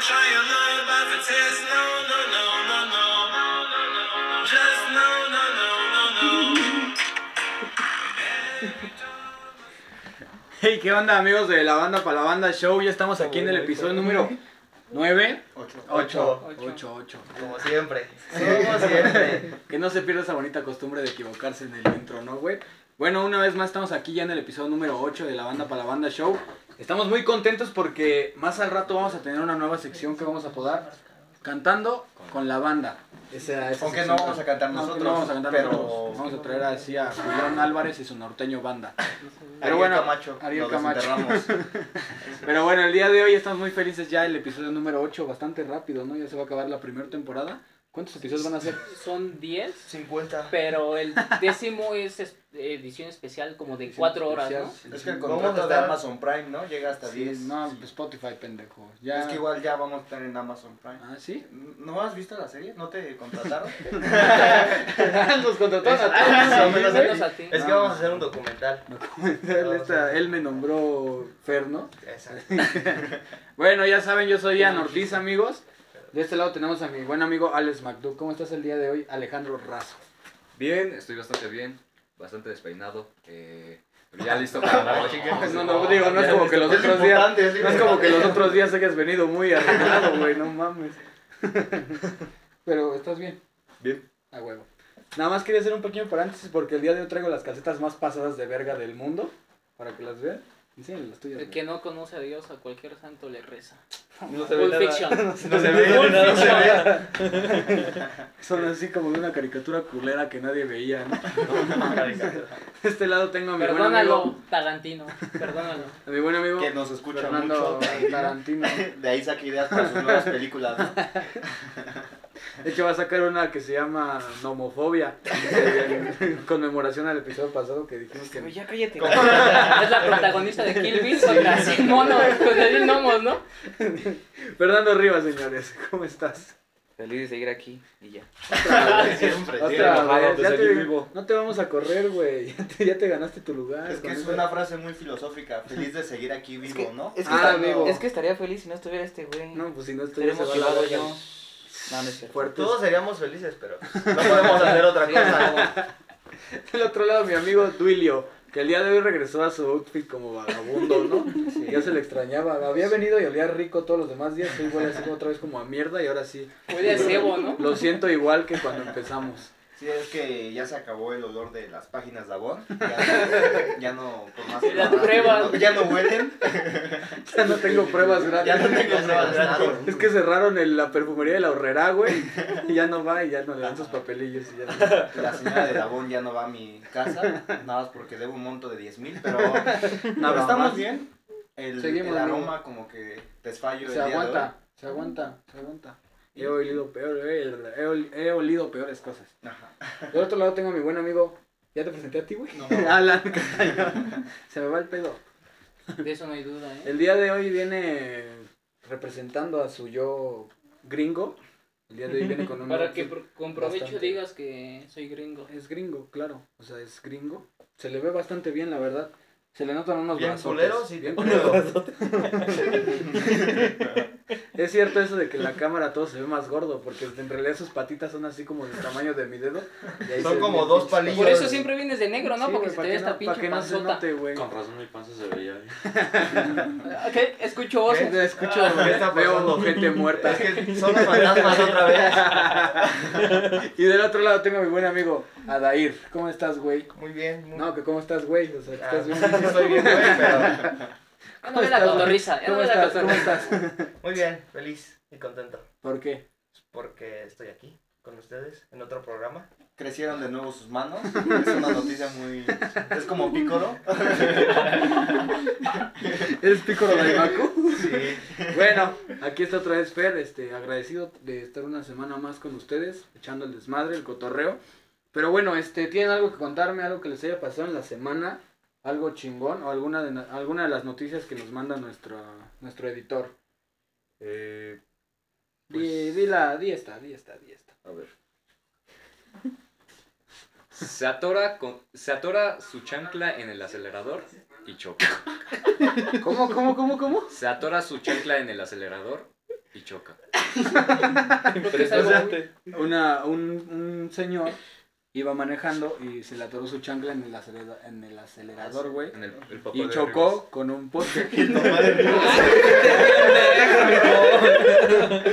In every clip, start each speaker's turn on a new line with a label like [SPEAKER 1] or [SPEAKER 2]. [SPEAKER 1] try a little bit of test. No, no, no, no, no. Just no, no, no, no, no.
[SPEAKER 2] Hey, ¿qué onda amigos de la banda para la banda show? Ya estamos aquí en el episodio número 9,
[SPEAKER 3] Ocho.
[SPEAKER 2] 8,
[SPEAKER 4] Ocho.
[SPEAKER 2] 8, 8.
[SPEAKER 3] Como siempre. Como siempre.
[SPEAKER 2] Que no se pierda esa bonita costumbre de equivocarse en el intro, ¿no, güey? Bueno, una vez más estamos aquí ya en el episodio número 8 de la banda para la banda show. Estamos muy contentos porque más al rato vamos a tener una nueva sección que vamos a apodar Cantando con la banda. Esa, esa
[SPEAKER 3] Aunque
[SPEAKER 2] sección
[SPEAKER 3] no
[SPEAKER 2] que-
[SPEAKER 3] vamos a cantar
[SPEAKER 2] No,
[SPEAKER 3] nosotros.
[SPEAKER 2] no vamos a cantar
[SPEAKER 3] pero...
[SPEAKER 2] nosotros. Vamos a traer así a Julián Álvarez y su norteño banda.
[SPEAKER 3] Ariel
[SPEAKER 2] bueno,
[SPEAKER 3] Camacho.
[SPEAKER 2] Ariel
[SPEAKER 3] lo
[SPEAKER 2] Camacho.
[SPEAKER 3] desenterramos.
[SPEAKER 2] Pero bueno, el día de hoy estamos muy felices ya, el episodio número 8, bastante rápido, ¿no? Ya se va a acabar la primera temporada. ¿Cuántos episodios van a ser?
[SPEAKER 4] Son 10,
[SPEAKER 3] 50.
[SPEAKER 4] pero el décimo es es- edición especial como de 4 horas, ¿no?
[SPEAKER 3] Es que el
[SPEAKER 2] Vamos
[SPEAKER 3] contrato
[SPEAKER 2] a
[SPEAKER 3] de
[SPEAKER 2] estar-
[SPEAKER 3] Amazon Prime, ¿no? Llega hasta
[SPEAKER 2] Sí,
[SPEAKER 3] 10.
[SPEAKER 2] no, pues Spotify, pendejo. Ya...
[SPEAKER 3] Es que igual ya vamos a estar en Amazon Prime.
[SPEAKER 2] Ah, ¿sí?
[SPEAKER 3] ¿No has visto la serie? ¿No te contrataron?
[SPEAKER 2] Nos contrataron a
[SPEAKER 4] Ah,
[SPEAKER 2] todos.
[SPEAKER 3] sí,
[SPEAKER 4] menos-
[SPEAKER 3] güey.
[SPEAKER 4] menos a ti.
[SPEAKER 3] es que
[SPEAKER 2] No,
[SPEAKER 3] vamos
[SPEAKER 2] no.
[SPEAKER 3] a hacer un documental.
[SPEAKER 2] Él, está- él me nombró Fer, ¿no?
[SPEAKER 3] Exacto.
[SPEAKER 2] Bueno, ya saben, yo soy Ian Ortiz, amigos. De este lado tenemos a mi buen amigo Alex McDo. ¿Cómo estás el día de hoy? Alejandro Razo.
[SPEAKER 5] Bien, estoy bastante bien, bastante despeinado, eh, pero ya listo para la
[SPEAKER 6] Pues
[SPEAKER 2] No, no, digo, no es como que los
[SPEAKER 3] Es
[SPEAKER 2] otros días...
[SPEAKER 3] importante, es
[SPEAKER 2] No es como que los
[SPEAKER 3] importante.
[SPEAKER 2] otros días hayas venido muy arreglado, güey, no mames. Pero estás bien,
[SPEAKER 5] Bien.
[SPEAKER 2] a huevo. Nada más quería hacer un pequeño paréntesis porque el día de hoy traigo las calcetas más pasadas de verga del mundo. Para que las vean. Enséñale las tuyas.
[SPEAKER 4] El que no conoce a Dios, a cualquier santo le reza.
[SPEAKER 3] No se ve
[SPEAKER 4] Pulp
[SPEAKER 3] nada.
[SPEAKER 4] Fiction.
[SPEAKER 3] No se ve nada. No se ve.
[SPEAKER 2] güey. Son así como de una caricatura culera que nadie veía, ¿no? De este lado tengo a mi buen
[SPEAKER 4] Perdónalo,
[SPEAKER 2] amigo.
[SPEAKER 4] Tarantino. Perdónalo.
[SPEAKER 2] A mi buen amigo
[SPEAKER 3] Que nos escucha
[SPEAKER 2] Fernando
[SPEAKER 3] mucho.
[SPEAKER 2] Tarantino.
[SPEAKER 3] De ahí saca ideas para sus nuevas películas. ¿no?
[SPEAKER 2] De hecho, va a sacar una que se llama Nomofobia. en conmemoración al episodio pasado que dijimos que.
[SPEAKER 4] ya cállate. Es la protagonista de Kill Bill contra cien monos, contra cien gnomos, pues ¿no?
[SPEAKER 2] Fernando Rivas, señores, ¿cómo estás?
[SPEAKER 7] Feliz de seguir aquí y ya.
[SPEAKER 3] Siempre.
[SPEAKER 2] Otra
[SPEAKER 3] siempre.
[SPEAKER 2] vez,
[SPEAKER 5] enojado,
[SPEAKER 2] ya
[SPEAKER 5] te
[SPEAKER 2] te-
[SPEAKER 5] seguí vivo.
[SPEAKER 2] No te vamos a correr, güey. Ya te, ya te ganaste tu lugar.
[SPEAKER 3] Es que
[SPEAKER 2] con
[SPEAKER 3] es
[SPEAKER 2] eso.
[SPEAKER 3] una frase muy filosófico, feliz de seguir aquí vivo, ¿no?
[SPEAKER 7] es que,
[SPEAKER 2] Ah,
[SPEAKER 7] esta-
[SPEAKER 2] vivo.
[SPEAKER 7] es que estaría feliz si no estuviera este güey.
[SPEAKER 2] No, pues si no estoy
[SPEAKER 7] Estaría motivado yo.
[SPEAKER 2] yo.
[SPEAKER 7] No, no es cierto.
[SPEAKER 2] Fuertes.
[SPEAKER 3] Todos seríamos felices, pero no podemos hacer otra
[SPEAKER 7] Sí,
[SPEAKER 3] cosa.
[SPEAKER 7] no.
[SPEAKER 2] Del otro lado, mi amigo Duilio, que el día de hoy regresó a su outfit como vagabundo, ¿no? Ya se le extrañaba. Había venido y olía rico todos los demás días. Hoy huele así como otra vez como a mierda y ahora sí.
[SPEAKER 4] Huele a cebo, ¿no?
[SPEAKER 2] Lo siento igual que cuando empezamos.
[SPEAKER 3] Sí, es que ya se acabó el olor de las páginas de Avon. Ya, ya no, por más que
[SPEAKER 4] Las
[SPEAKER 3] lo arrastre,
[SPEAKER 4] pruebas.
[SPEAKER 3] ¿no? Ya no huelen.
[SPEAKER 2] Ya no tengo pruebas
[SPEAKER 3] Ya no
[SPEAKER 2] gratis.
[SPEAKER 3] tengo pruebas gratis.
[SPEAKER 2] Es que cerraron el- la perfumería de la horrera, güey. Y ya no va y ya no le dan sus papelillos y ya no.
[SPEAKER 3] La señora de Davón ya no va a mi casa, nada más porque debo un monto de 10 mil, pero, pero
[SPEAKER 2] Nada
[SPEAKER 3] estamos
[SPEAKER 2] más.
[SPEAKER 3] bien. El,
[SPEAKER 2] Seguimos
[SPEAKER 3] el
[SPEAKER 2] bien.
[SPEAKER 3] aroma como que desfallo
[SPEAKER 2] Se
[SPEAKER 3] el día de hoy.
[SPEAKER 2] aguanta, se aguanta, se aguanta. He olido peor, eh, he, ol- he olido peores cosas.
[SPEAKER 3] Ajá.
[SPEAKER 2] Del otro lado tengo a mi buen amigo. ¿Ya te presenté a ti, güey?
[SPEAKER 3] No.
[SPEAKER 2] Alan Castañón. Se me va el pedo.
[SPEAKER 4] De eso no hay duda, ¿eh?
[SPEAKER 2] El día de hoy viene representando a su yo gringo. El día de hoy viene con un.
[SPEAKER 4] Para que pro- con provecho
[SPEAKER 2] Bastante.
[SPEAKER 4] digas que soy gringo.
[SPEAKER 2] Es gringo, claro. O sea, es gringo. Se le ve bastante bien, la verdad. Se le notan unos
[SPEAKER 3] Bien
[SPEAKER 2] brazotes.
[SPEAKER 3] culero, sí,
[SPEAKER 2] Bien
[SPEAKER 3] bien
[SPEAKER 2] culero.
[SPEAKER 3] culero.
[SPEAKER 2] Es cierto eso de que en la cámara todo se ve más gordo, porque en realidad sus patitas son así como del tamaño de mi dedo. y ahí
[SPEAKER 3] Son
[SPEAKER 2] se ven
[SPEAKER 3] como
[SPEAKER 2] bien
[SPEAKER 3] dos
[SPEAKER 2] pinches
[SPEAKER 3] palillos.
[SPEAKER 4] Por eso siempre vienes de negro, ¿no?
[SPEAKER 2] Sí,
[SPEAKER 4] Porque
[SPEAKER 2] güey,
[SPEAKER 4] se
[SPEAKER 2] para
[SPEAKER 4] te ve
[SPEAKER 2] que
[SPEAKER 4] esta
[SPEAKER 2] no-
[SPEAKER 4] pinche
[SPEAKER 2] Para que no se
[SPEAKER 4] panzota.
[SPEAKER 2] note, güey.
[SPEAKER 5] Con razón mi panza se veía bien.
[SPEAKER 4] Ah, ¿qué? Escucho voces.
[SPEAKER 2] Te escucho,
[SPEAKER 3] Ah, ¿qué está
[SPEAKER 2] veo
[SPEAKER 3] pasando?
[SPEAKER 2] gente muerta.
[SPEAKER 3] Es que son los fantasmas otra vez.
[SPEAKER 2] Y del otro lado tengo a mi buen amigo, Adair. ¿Cómo estás, güey?
[SPEAKER 3] Muy bien, muy
[SPEAKER 2] No, que cómo estás, güey. O sea, que
[SPEAKER 3] Ah,
[SPEAKER 2] estás bien.
[SPEAKER 3] sí, sí, estoy bien, güey, pero...
[SPEAKER 4] Ya no ve la cotorriza, ya no
[SPEAKER 2] ¿Cómo
[SPEAKER 4] ve la
[SPEAKER 2] estás? ¿Cómo
[SPEAKER 4] cotorriza.
[SPEAKER 2] estás?
[SPEAKER 8] Muy bien, feliz y contento
[SPEAKER 2] ¿Por qué?
[SPEAKER 8] porque estoy aquí con ustedes en otro programa.
[SPEAKER 3] Crecieron de nuevo sus manos. Es una noticia muy. Es como pícoro.
[SPEAKER 2] ¿Eres pícoro de Maco?
[SPEAKER 3] Sí.
[SPEAKER 2] Bueno, aquí está otra vez Fer, este, agradecido de estar una semana más con ustedes, echando el desmadre, el cotorreo. Pero bueno, este, ¿tienen algo que contarme, algo que les haya pasado en la semana? Algo chingón o alguna de, na- alguna de las noticias que nos manda nuestro, nuestro editor.
[SPEAKER 5] Eh,
[SPEAKER 2] Di,
[SPEAKER 5] Pues-
[SPEAKER 2] di la, di esta, di esta, di esta.
[SPEAKER 5] a ver. Se atora, con, se atora su chancla en el acelerador y choca.
[SPEAKER 2] ¿Cómo, cómo, cómo, cómo?
[SPEAKER 5] Se atora su chancla en el acelerador y choca.
[SPEAKER 9] Creo que es algo muy-
[SPEAKER 2] Una, un, un señor iba manejando y se le atoró su chancla en el, acelera- en el acelerador, güey.
[SPEAKER 5] En el, el papá
[SPEAKER 2] Y
[SPEAKER 5] de
[SPEAKER 2] chocó con un poste.
[SPEAKER 7] Eso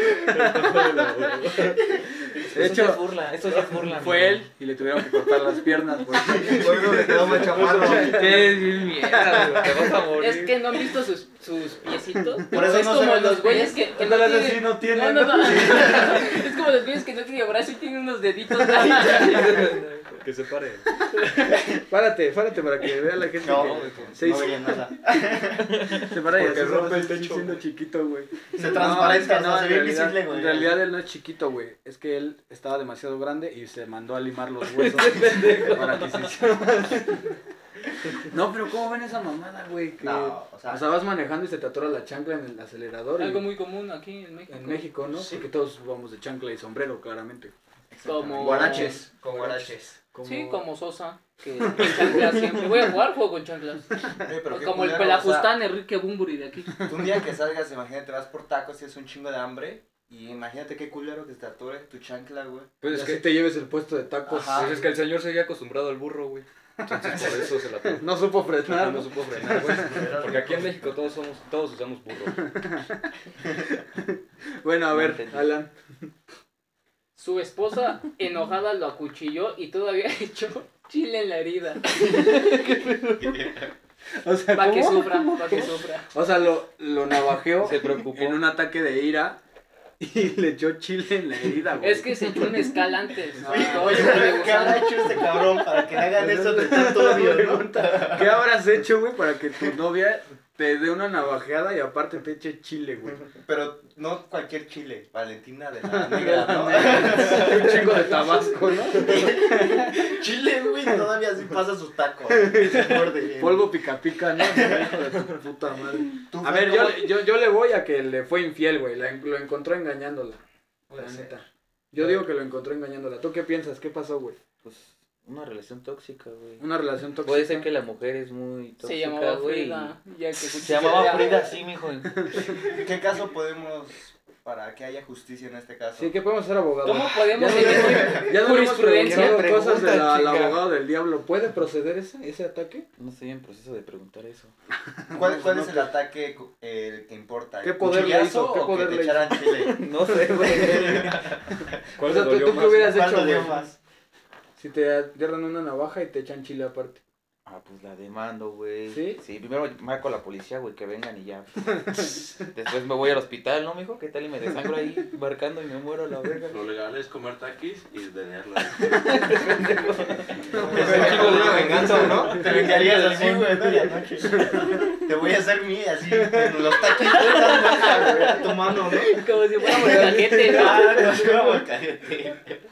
[SPEAKER 2] De
[SPEAKER 7] ya es
[SPEAKER 2] hecho,
[SPEAKER 7] burla, eso ya es burla.
[SPEAKER 2] fue él y le tuvieron que cortar las piernas, güey.
[SPEAKER 3] Bueno, le quedó más chaparro.
[SPEAKER 7] Eres bien mierda, güey, te vas a morir.
[SPEAKER 9] Es que no han visto sus, sus piecitos.
[SPEAKER 3] Por eso
[SPEAKER 9] es
[SPEAKER 3] no se
[SPEAKER 9] como
[SPEAKER 3] ven
[SPEAKER 9] los
[SPEAKER 3] los
[SPEAKER 9] güeyes que, que no
[SPEAKER 6] Ándale,
[SPEAKER 9] tienen-
[SPEAKER 6] así no
[SPEAKER 9] No,
[SPEAKER 6] tienen.
[SPEAKER 9] no, no. es como los güeyes que no tienen brazo y tienen unos deditos nada más.
[SPEAKER 6] Que se pare.
[SPEAKER 2] Párate, párate para que vea la gente.
[SPEAKER 3] No,
[SPEAKER 2] que se
[SPEAKER 3] no
[SPEAKER 2] hizo.
[SPEAKER 3] veía nada.
[SPEAKER 2] Se para y
[SPEAKER 6] Porque
[SPEAKER 2] así
[SPEAKER 6] rompe
[SPEAKER 2] nomás
[SPEAKER 6] el
[SPEAKER 2] estoy
[SPEAKER 6] techo,
[SPEAKER 2] siendo
[SPEAKER 6] güey.
[SPEAKER 2] chiquito, güey.
[SPEAKER 3] Se
[SPEAKER 2] es que
[SPEAKER 3] transparenta, no, se
[SPEAKER 2] en
[SPEAKER 3] ve
[SPEAKER 2] realidad-
[SPEAKER 3] invisible, güey.
[SPEAKER 2] En realidad él no es chiquito, güey. Es que él estaba demasiado grande y se mandó a limar los huesos.
[SPEAKER 3] Este
[SPEAKER 2] para que se hiciera más. No, pero ¿cómo ven esa mamada, güey? Que,
[SPEAKER 3] No, o sea,
[SPEAKER 2] o sea, vas manejando y se te atora la chancla en el acelerador. y-
[SPEAKER 9] Algo muy común aquí en México.
[SPEAKER 2] En México, ¿no? Porque todos vamos de chancla y sombrero, claramente.
[SPEAKER 9] Como...
[SPEAKER 2] Guaraches.
[SPEAKER 8] Con guaraches.
[SPEAKER 9] Sí, como Sosa, que que chanclas siempre. Voy a jugar juego con chanclas.
[SPEAKER 3] Oye, pero qué
[SPEAKER 9] como
[SPEAKER 3] culero, o
[SPEAKER 9] el
[SPEAKER 3] sea,
[SPEAKER 9] pelajustán Enrique Bumburi de aquí.
[SPEAKER 3] Tú un día que salgas, imagínate, vas por tacos y es un chingo de hambre. Y imagínate qué culero que te atore tu chancla, güey.
[SPEAKER 5] Pues
[SPEAKER 2] Y
[SPEAKER 5] es
[SPEAKER 2] así
[SPEAKER 5] que,
[SPEAKER 2] te lleves el puesto de tacos. eh,
[SPEAKER 3] Ajá.
[SPEAKER 5] pues es que el señor se había acostumbrado al burro, güey. Entonces por eso se la tomó.
[SPEAKER 2] No supo frenar.
[SPEAKER 5] No supo frenar, güey. Porque aquí en México todos somos, todos usamos burro.
[SPEAKER 2] Bueno, a
[SPEAKER 7] No
[SPEAKER 2] ver,
[SPEAKER 7] entendí.
[SPEAKER 2] Alan.
[SPEAKER 9] Su esposa, enojada, lo acuchilló y todavía echó chile en la herida.
[SPEAKER 2] O sea,
[SPEAKER 9] Para que
[SPEAKER 2] ¿cómo?
[SPEAKER 9] sufra, para que sufra.
[SPEAKER 2] O sea, lo, lo navajeó
[SPEAKER 7] Se preocupó.
[SPEAKER 2] en un ataque de ira y le echó chile en la herida, güey.
[SPEAKER 9] Es que se echó un escal antes.
[SPEAKER 2] No,
[SPEAKER 9] Oye,
[SPEAKER 3] Ah, Oye, pero ¿qué habrá
[SPEAKER 9] caray.
[SPEAKER 3] hecho este cabrón para que le hagan eso de tanto odio, no?
[SPEAKER 2] ¿Qué habrás hecho, güey, para que tu novia te dé una navajeada y aparte te eche chile, güey?
[SPEAKER 3] Pero no cualquier chile, Valentina de la negra, ¿no?
[SPEAKER 2] Un chingo de tabasco, ¿no?
[SPEAKER 3] chile, güey, todavía así pasa sus tacos. y se muerde bien.
[SPEAKER 2] Polvo pica pica, ¿no? Hijo de tu puta madre.
[SPEAKER 3] Tú,
[SPEAKER 2] A
[SPEAKER 3] güey,
[SPEAKER 2] ver, yo,
[SPEAKER 3] ¿cómo-
[SPEAKER 2] le- yo, yo le voy a que le fue infiel, güey. La en- Lo encontró engañándola. La
[SPEAKER 8] Puede ser.
[SPEAKER 2] neta. Yo digo que lo encontró engañándola. ¿Tú qué piensas? ¿Qué pasó, güey?
[SPEAKER 7] Pues una relación tóxica, güey.
[SPEAKER 2] Una relación tóxica.
[SPEAKER 7] Puede ser que la mujer es muy tóxica,
[SPEAKER 9] Se llamaba
[SPEAKER 7] güey.
[SPEAKER 9] Frida. y el que
[SPEAKER 7] Se
[SPEAKER 9] cuchilló
[SPEAKER 7] llamaba
[SPEAKER 9] era-
[SPEAKER 7] Frida, sí, mijo.
[SPEAKER 3] ¿Qué caso podemos para que haya justicia en este caso?
[SPEAKER 2] Sí, que podemos ser abogados.
[SPEAKER 9] ¿Cómo podemos
[SPEAKER 2] Ya no
[SPEAKER 9] elegir?
[SPEAKER 2] Ya no le hemos
[SPEAKER 9] Jurisprudencia.
[SPEAKER 2] preguntado
[SPEAKER 7] Pregunta,
[SPEAKER 2] cosas del
[SPEAKER 7] chica.
[SPEAKER 2] abogado del diablo. ¿Puede proceder ese, ese ataque?
[SPEAKER 7] No estoy en proceso de preguntar eso.
[SPEAKER 3] ¿Cuál, cuál es el ataque cu- el que importa? ¿El
[SPEAKER 2] ¿Qué poder le
[SPEAKER 3] cuchillazo
[SPEAKER 2] hizo? ¿Qué
[SPEAKER 3] o
[SPEAKER 2] poder
[SPEAKER 3] que
[SPEAKER 2] le
[SPEAKER 3] te
[SPEAKER 2] hizo?
[SPEAKER 3] echaran chile?
[SPEAKER 7] No sé, güey.
[SPEAKER 5] ¿Cuál
[SPEAKER 2] O
[SPEAKER 5] te
[SPEAKER 2] sea, ¿tú,
[SPEAKER 5] dolió
[SPEAKER 2] tú qué
[SPEAKER 5] más?
[SPEAKER 2] hubieras
[SPEAKER 3] ¿Cuál
[SPEAKER 2] hecho,
[SPEAKER 3] dolió
[SPEAKER 2] güey?
[SPEAKER 3] más?
[SPEAKER 2] Si te agarran una navaja y te echan chile aparte.
[SPEAKER 7] Ah, pues la demando, güey.
[SPEAKER 2] ¿Sí?
[SPEAKER 7] Sí, primero marco a la policía, güey, que vengan y ya. Después me voy al hospital, ¿no, mijo? ¿Qué tal? Y me desangro ahí marcando y me muero a la verga.
[SPEAKER 6] Lo legal es comer taquis y tenerlo.
[SPEAKER 3] Es un chico de una venganza, ¿no? Te vengarías así, güey, ¿no? Y anoche. Te voy a hacer mía, así, en los taquitos, güey, tomando, ¿no?
[SPEAKER 9] Como si fuera molcajete, ¿no?
[SPEAKER 3] Ah, no, yo era molcajete.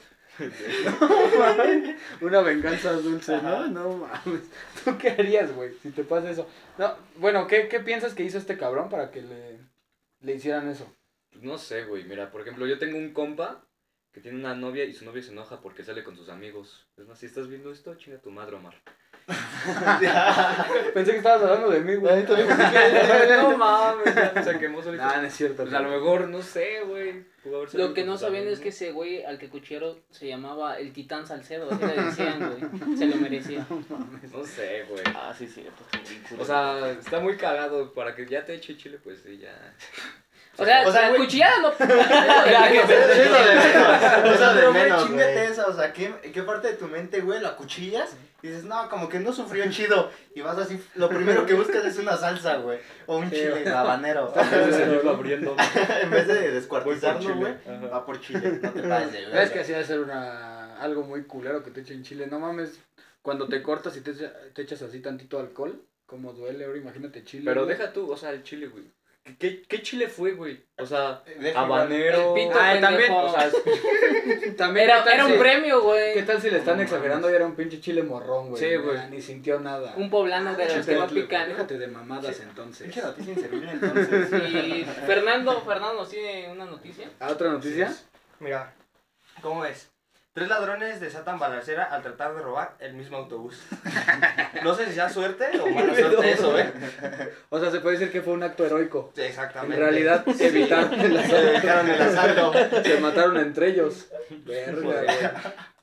[SPEAKER 2] Una venganza dulce, ¿no?
[SPEAKER 3] Ajá.
[SPEAKER 2] No mames. ¿Tú qué harías, güey, si te pasa eso? No, bueno, ¿qué, qué piensas que hizo este cabrón para que le, le hicieran eso?
[SPEAKER 5] No sé, güey. Mira, por ejemplo, yo tengo un compa que tiene una novia y su novia se enoja porque sale con sus amigos. Es más, si estás viendo esto, chinga tu madre, Omar.
[SPEAKER 2] Pensé que estabas hablando de mí, güey.
[SPEAKER 5] no mames, ya se quemó solito.
[SPEAKER 2] Nah, no es cierto.
[SPEAKER 5] Pues a lo mejor, no sé, güey. pudo haber salido
[SPEAKER 9] Lo que
[SPEAKER 5] con
[SPEAKER 9] no
[SPEAKER 5] sus
[SPEAKER 9] sabían es
[SPEAKER 5] amigos.
[SPEAKER 9] que ese güey al que cuchillaron se llamaba el Titán Salcedo, así le decían, güey. Se lo merecía.
[SPEAKER 5] No sé, güey.
[SPEAKER 7] Ah, sí, sí. Pues,
[SPEAKER 5] O sea, está muy cagado. Para que ya te eche chile, pues sí, ya.
[SPEAKER 9] O sea,
[SPEAKER 3] O sea,
[SPEAKER 9] la
[SPEAKER 3] güey.
[SPEAKER 9] cuchillada no. Ya, que
[SPEAKER 3] Eso Ah, es lo de menos, eso es lo
[SPEAKER 8] Pero,
[SPEAKER 3] de
[SPEAKER 8] güey,
[SPEAKER 3] menos,
[SPEAKER 8] chíngate
[SPEAKER 3] güey. esa, o sea, ¿qué, ¿qué parte de tu mente, güey, lo acuchillas? Y dices, no, como que no sufrió chido. Y vas así, lo primero que buscas es una salsa, güey. O un
[SPEAKER 2] Sí,
[SPEAKER 3] chile
[SPEAKER 2] güey.
[SPEAKER 3] habanero.
[SPEAKER 5] Entonces el libro abriendo.
[SPEAKER 3] en vez de
[SPEAKER 5] Voy por
[SPEAKER 3] descuartizarlo, güey,
[SPEAKER 5] chile. Ajá.
[SPEAKER 3] va por chile. No te pases, güey.
[SPEAKER 2] ¿Sabes que así va a ser una, algo muy culero que te echen chile? No mames, cuando te cortas y te, echa- te echas así tantito alcohol, como duele, ahora imagínate chile.
[SPEAKER 5] Pero
[SPEAKER 2] güey.
[SPEAKER 5] deja tú, o sea, el chile, güey. ¿Qué- ¿Qué, qué chile fue, güey? O sea,
[SPEAKER 3] Deja,
[SPEAKER 5] habanero.
[SPEAKER 9] El pito.
[SPEAKER 2] Ah, también,
[SPEAKER 9] pendejo.
[SPEAKER 2] o sea, también
[SPEAKER 9] Era,
[SPEAKER 2] ¿qué tal
[SPEAKER 9] era un
[SPEAKER 2] si-
[SPEAKER 9] premio,
[SPEAKER 2] ¿Qué
[SPEAKER 9] güey.
[SPEAKER 2] tal si le están
[SPEAKER 5] No
[SPEAKER 2] exagerando y era un pinche chile morrón, güey?
[SPEAKER 5] Sí,
[SPEAKER 2] Ya,
[SPEAKER 5] güey.
[SPEAKER 2] Ni sintió nada.
[SPEAKER 9] Un poblano de los que no
[SPEAKER 2] Chipotle, güey.
[SPEAKER 9] pican.
[SPEAKER 2] Déjate de mamadas entonces.
[SPEAKER 3] Pinche noticia inservible, entonces.
[SPEAKER 9] Y Fernando, Fernando nos tiene una noticia.
[SPEAKER 2] ¿A otra noticia?
[SPEAKER 8] Mira, ¿cómo es? Tres ladrones desatan balacera al tratar de robar el mismo autobús. No sé si sea suerte o mala suerte eso, ¿eh?
[SPEAKER 2] O sea, se puede decir que fue un acto heroico.
[SPEAKER 8] Sí,
[SPEAKER 2] En
[SPEAKER 8] Exactamente.
[SPEAKER 2] realidad, evitar el
[SPEAKER 8] Se
[SPEAKER 2] asalto.
[SPEAKER 8] dedicaron el asalto.
[SPEAKER 2] Se mataron entre ellos. Verga, güey.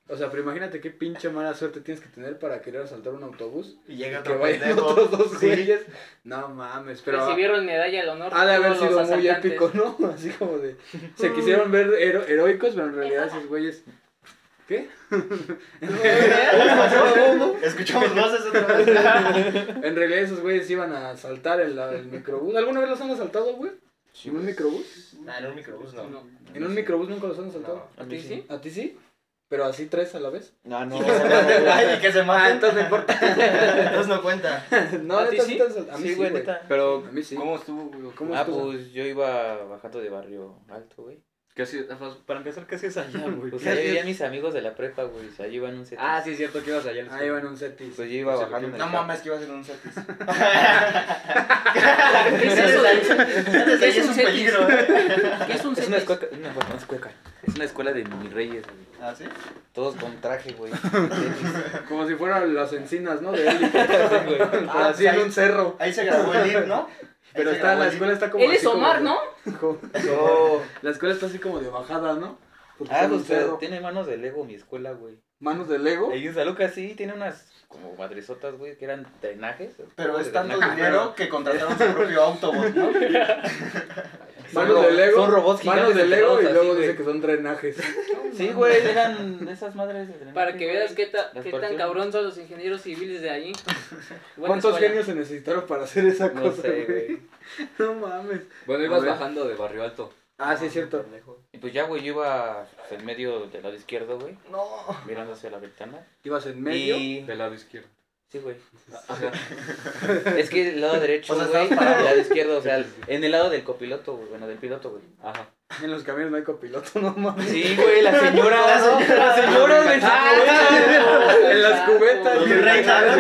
[SPEAKER 2] O sea, pero imagínate qué pinche mala suerte tienes que tener para querer asaltar un autobús.
[SPEAKER 8] Y llega
[SPEAKER 2] y que
[SPEAKER 8] otro
[SPEAKER 2] vayan
[SPEAKER 8] pendejo.
[SPEAKER 2] otros dos
[SPEAKER 8] Sí.
[SPEAKER 2] güeyes. No mames, pero
[SPEAKER 4] Recibieron medalla al honor.
[SPEAKER 2] ha de haber
[SPEAKER 4] todos los
[SPEAKER 2] sido muy
[SPEAKER 4] asaltantes.
[SPEAKER 2] épico, ¿no? Así como de. Se quisieron ver hero- heroicos, pero en realidad esos güeyes. ¿Qué?
[SPEAKER 3] Escuchamos voces otra vez.
[SPEAKER 2] En realidad esos güeyes iban a asaltar el, el microbús. ¿Alguna vez los han asaltado, güey? ¿En un microbús?
[SPEAKER 8] Nah, Ah, en un microbús no.
[SPEAKER 4] No.
[SPEAKER 2] ¿En un microbús nunca los han asaltado?
[SPEAKER 8] No.
[SPEAKER 4] ¿A ti sí?
[SPEAKER 2] ¿A ti sí? ¿Pero así tres a la vez?
[SPEAKER 7] No, no.
[SPEAKER 8] Ay, y que se
[SPEAKER 2] Ah,
[SPEAKER 8] maten.
[SPEAKER 2] entonces no importa.
[SPEAKER 8] Entonces no cuenta.
[SPEAKER 2] No,
[SPEAKER 7] ¿A ti
[SPEAKER 2] neta,
[SPEAKER 7] sí?
[SPEAKER 2] neta, A mí sí, güey.
[SPEAKER 7] neta.
[SPEAKER 5] Pero,
[SPEAKER 2] A mí sí.
[SPEAKER 5] ¿cómo estuvo, güey?
[SPEAKER 2] ¿Cómo
[SPEAKER 7] Ah,
[SPEAKER 2] estuvo?
[SPEAKER 7] pues yo iba bajando de barrio alto, güey.
[SPEAKER 5] Casi, para empezar, ¿qué hacías allá, güey?
[SPEAKER 7] Pues allá vivían mis amigos de la prepa, güey. O sea, yo iba en un set.
[SPEAKER 5] Ah, sí, es cierto que ibas allá.
[SPEAKER 2] Ahí van un setis.
[SPEAKER 7] Pues yo iba
[SPEAKER 5] No sé
[SPEAKER 7] bajando. en
[SPEAKER 5] por qué.
[SPEAKER 7] el
[SPEAKER 5] No
[SPEAKER 7] carro.
[SPEAKER 3] que iba a ser un satis.
[SPEAKER 4] ¿Qué es eso de-
[SPEAKER 3] Ahí es un
[SPEAKER 4] cetis?
[SPEAKER 3] peligro, ¿eh?
[SPEAKER 4] ¿Qué es un
[SPEAKER 7] Es una
[SPEAKER 4] cetis?
[SPEAKER 7] escuela, una, bueno, es cueca. Es una escuela de mis reyes, güey.
[SPEAKER 3] ¿Ah, sí?
[SPEAKER 7] Todos con traje, güey. Ah, Tenis.
[SPEAKER 2] Como si fueran las encinas, ¿no? De élite. Pero
[SPEAKER 7] pues
[SPEAKER 3] Ah,
[SPEAKER 2] así en
[SPEAKER 3] ahí-
[SPEAKER 2] un cerro.
[SPEAKER 3] Ahí se grabó el ir, ¿no?
[SPEAKER 2] Pero
[SPEAKER 3] Ahí se
[SPEAKER 2] está,
[SPEAKER 3] grabó
[SPEAKER 2] la
[SPEAKER 3] el
[SPEAKER 2] escuela está como.
[SPEAKER 4] Él es
[SPEAKER 2] así como
[SPEAKER 4] Omar,
[SPEAKER 2] de-
[SPEAKER 4] ¿no?
[SPEAKER 2] como-
[SPEAKER 7] No.
[SPEAKER 2] La escuela está así como de bajada, ¿no? Porque
[SPEAKER 7] Ah,
[SPEAKER 2] está en un
[SPEAKER 7] pues pero
[SPEAKER 2] cerro.
[SPEAKER 7] tiene manos de Lego mi escuela, güey.
[SPEAKER 2] Manos de Lego.
[SPEAKER 7] Ahí en Saluca sí tiene unas como madresotas, güey, que eran drenajes.
[SPEAKER 3] Pero es tanto
[SPEAKER 7] Drenajes.
[SPEAKER 3] dinero que contrataron su propio autobús, ¿no?
[SPEAKER 2] Manos
[SPEAKER 7] son
[SPEAKER 2] de
[SPEAKER 7] ro-
[SPEAKER 2] Lego.
[SPEAKER 7] son robots
[SPEAKER 2] Manos de
[SPEAKER 7] gigantes
[SPEAKER 2] Lego y
[SPEAKER 7] enterrados
[SPEAKER 2] luego
[SPEAKER 7] así,
[SPEAKER 2] dice
[SPEAKER 7] güey.
[SPEAKER 2] que son drenajes.
[SPEAKER 7] Sí, güey, eran esas madres de drenaje.
[SPEAKER 4] Para que
[SPEAKER 7] güey.
[SPEAKER 4] veas qué, ta-
[SPEAKER 7] Las
[SPEAKER 4] qué tan
[SPEAKER 7] partieron.
[SPEAKER 4] cabrón son los ingenieros civiles de allí. Buena
[SPEAKER 2] ¿Cuántos
[SPEAKER 4] escuela.
[SPEAKER 2] genios se necesitaron para hacer esa
[SPEAKER 7] No
[SPEAKER 2] cosa,
[SPEAKER 7] sé,
[SPEAKER 2] güey?
[SPEAKER 7] güey.
[SPEAKER 2] No mames.
[SPEAKER 5] Bueno,
[SPEAKER 2] A
[SPEAKER 5] ibas
[SPEAKER 2] ver.
[SPEAKER 5] bajando de Barrio Alto.
[SPEAKER 2] Ah, sí, es cierto.
[SPEAKER 7] Y pues ya, güey, yo iba pues, en medio del lado izquierdo, güey,
[SPEAKER 3] No.
[SPEAKER 7] mirando hacia la ventana.
[SPEAKER 2] Ibas en medio.
[SPEAKER 7] Y...
[SPEAKER 5] Del lado izquierdo.
[SPEAKER 7] Sí, güey. Es que el lado derecho,
[SPEAKER 3] O sea,
[SPEAKER 7] güey,
[SPEAKER 3] estabas parado.
[SPEAKER 7] el lado izquierdo, o sea, en el lado del copiloto, güey, bueno, del piloto, güey.
[SPEAKER 5] Ajá.
[SPEAKER 2] En los camiones no hay copiloto, no mames.
[SPEAKER 7] Sí, güey, la señora,
[SPEAKER 3] La
[SPEAKER 7] ¿no? La señora,
[SPEAKER 9] Ah,
[SPEAKER 7] güey.
[SPEAKER 2] Ah, en las cubetas.
[SPEAKER 3] Mi reina, ¿no?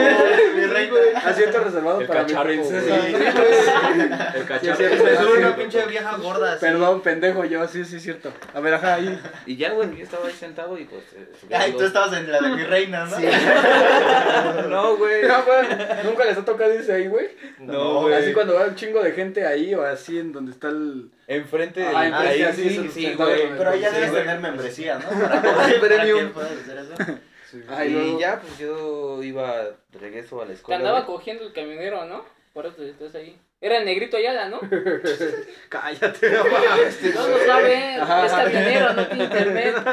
[SPEAKER 3] Mi reina.
[SPEAKER 2] Asiento Ah, reservado
[SPEAKER 5] El
[SPEAKER 2] para
[SPEAKER 5] cacharro,
[SPEAKER 2] mi princesa.
[SPEAKER 5] güey.
[SPEAKER 2] Sí, güey.
[SPEAKER 5] El
[SPEAKER 2] cacharro.
[SPEAKER 5] cacharro.
[SPEAKER 2] Sí, sí,
[SPEAKER 3] Me sube una
[SPEAKER 2] sí.
[SPEAKER 3] pinche vieja gorda así.
[SPEAKER 2] Perdón, pendejo, yo, sí, sí, es cierto. A ver, ajá, ahí.
[SPEAKER 7] Y ya, güey, yo estaba ahí sentado y pues... eh, subieron
[SPEAKER 3] Ay, tú
[SPEAKER 7] dos-
[SPEAKER 3] estabas en la de mi reina, ¿no? Sí.
[SPEAKER 7] No, güey.
[SPEAKER 2] Ya, güey, Ah, Nunca les ha tocado irse ahí, güey.
[SPEAKER 7] No,
[SPEAKER 2] Así cuando va un chingo de gente ahí o así en donde está el.
[SPEAKER 7] Enfrente de...
[SPEAKER 2] Ah, enfrente,
[SPEAKER 7] ahí,
[SPEAKER 2] así,
[SPEAKER 7] sí,
[SPEAKER 2] eso,
[SPEAKER 7] sí,
[SPEAKER 2] sentado
[SPEAKER 7] güey.
[SPEAKER 2] con el
[SPEAKER 3] Pero ahí ya
[SPEAKER 2] Sí,
[SPEAKER 3] debes
[SPEAKER 2] güey.
[SPEAKER 3] tener membresía, ¿no? Para poder, para que
[SPEAKER 2] Premium.
[SPEAKER 3] puedas hacer eso.
[SPEAKER 2] Ay,
[SPEAKER 7] y
[SPEAKER 2] luego-
[SPEAKER 7] ya, pues yo iba de regreso a la
[SPEAKER 4] Te
[SPEAKER 7] escuela.
[SPEAKER 4] andaba
[SPEAKER 7] güey.
[SPEAKER 4] cogiendo el camionero, ¿no? Por eso estás ahí. Era el negrito Ayala, ¿no?
[SPEAKER 2] Cállate, no
[SPEAKER 4] No lo sabe,
[SPEAKER 2] Ajá.
[SPEAKER 4] es camionero, no tiene internet.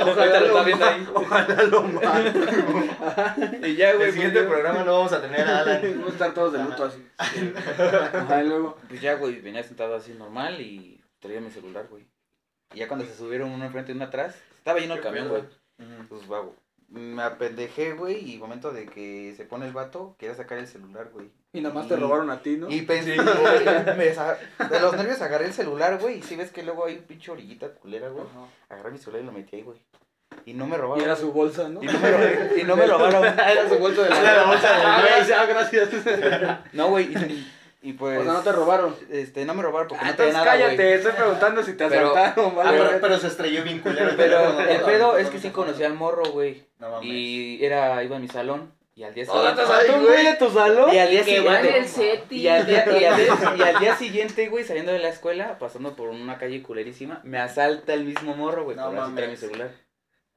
[SPEAKER 7] Ahorita lo está viendo ahí.
[SPEAKER 2] Ojalá lo mate.
[SPEAKER 7] Y ya, güey.
[SPEAKER 3] El siguiente
[SPEAKER 7] pues, yo-
[SPEAKER 3] programa no vamos a tener a Alan.
[SPEAKER 2] Vamos a estar todos de luto así. Ajá, y luego.
[SPEAKER 7] Pues ya, güey, venía sentado así normal y traía mi celular, güey. Y ya cuando se subieron uno enfrente y uno atrás, estaba lleno el camión, güey. Pues va, güey. Me apendejé, güey, y momento de que se pone el vato, quería sacar el celular, güey.
[SPEAKER 2] Y nada más te robaron a ti, ¿no?
[SPEAKER 7] Y pensé, güey, me sa- de los nervios agarré el celular, güey, y si ves que luego hay un pinche orillita culera, güey.
[SPEAKER 2] Ajá.
[SPEAKER 7] Agarré mi celular y lo metí ahí, güey. Y no me
[SPEAKER 2] Y
[SPEAKER 7] robaron.
[SPEAKER 2] era su bolsa, ¿no?
[SPEAKER 7] Y no me robaron. Y no me robaron.
[SPEAKER 2] Era su bolsa de la.
[SPEAKER 3] La bolsa del
[SPEAKER 2] Ah,
[SPEAKER 3] güey.
[SPEAKER 2] gracias, ah, gracias.
[SPEAKER 7] No, güey. Y, y pues.
[SPEAKER 2] O sea, no te robaron.
[SPEAKER 7] Este, no me robaron porque
[SPEAKER 2] Ah,
[SPEAKER 7] no traía
[SPEAKER 2] entonces
[SPEAKER 7] nada,
[SPEAKER 2] cállate,
[SPEAKER 7] güey.
[SPEAKER 2] estoy preguntando si te
[SPEAKER 7] Pero-
[SPEAKER 2] asaltaron,
[SPEAKER 3] Ah,
[SPEAKER 2] ¿vale?
[SPEAKER 3] pero, pero se estrelló bien culero.
[SPEAKER 7] Pero
[SPEAKER 3] teléfono,
[SPEAKER 7] el
[SPEAKER 3] ¿no?
[SPEAKER 7] pedo es que sí conocí al morro, güey.
[SPEAKER 3] No mames.
[SPEAKER 7] Y era, iba a mi salón. Y al día
[SPEAKER 2] Ahora te
[SPEAKER 7] siguiente.
[SPEAKER 2] asaltó un güey de tu salón.
[SPEAKER 7] Y al día
[SPEAKER 4] Que va en
[SPEAKER 7] siguiente.
[SPEAKER 4] el SETI.
[SPEAKER 7] Y al día, y al día- y al día siguiente, güey, saliendo de la escuela, pasando por una calle culerísima, me asalta el mismo morro, güey.
[SPEAKER 3] No
[SPEAKER 7] por así
[SPEAKER 3] mames.
[SPEAKER 7] trae mi celular.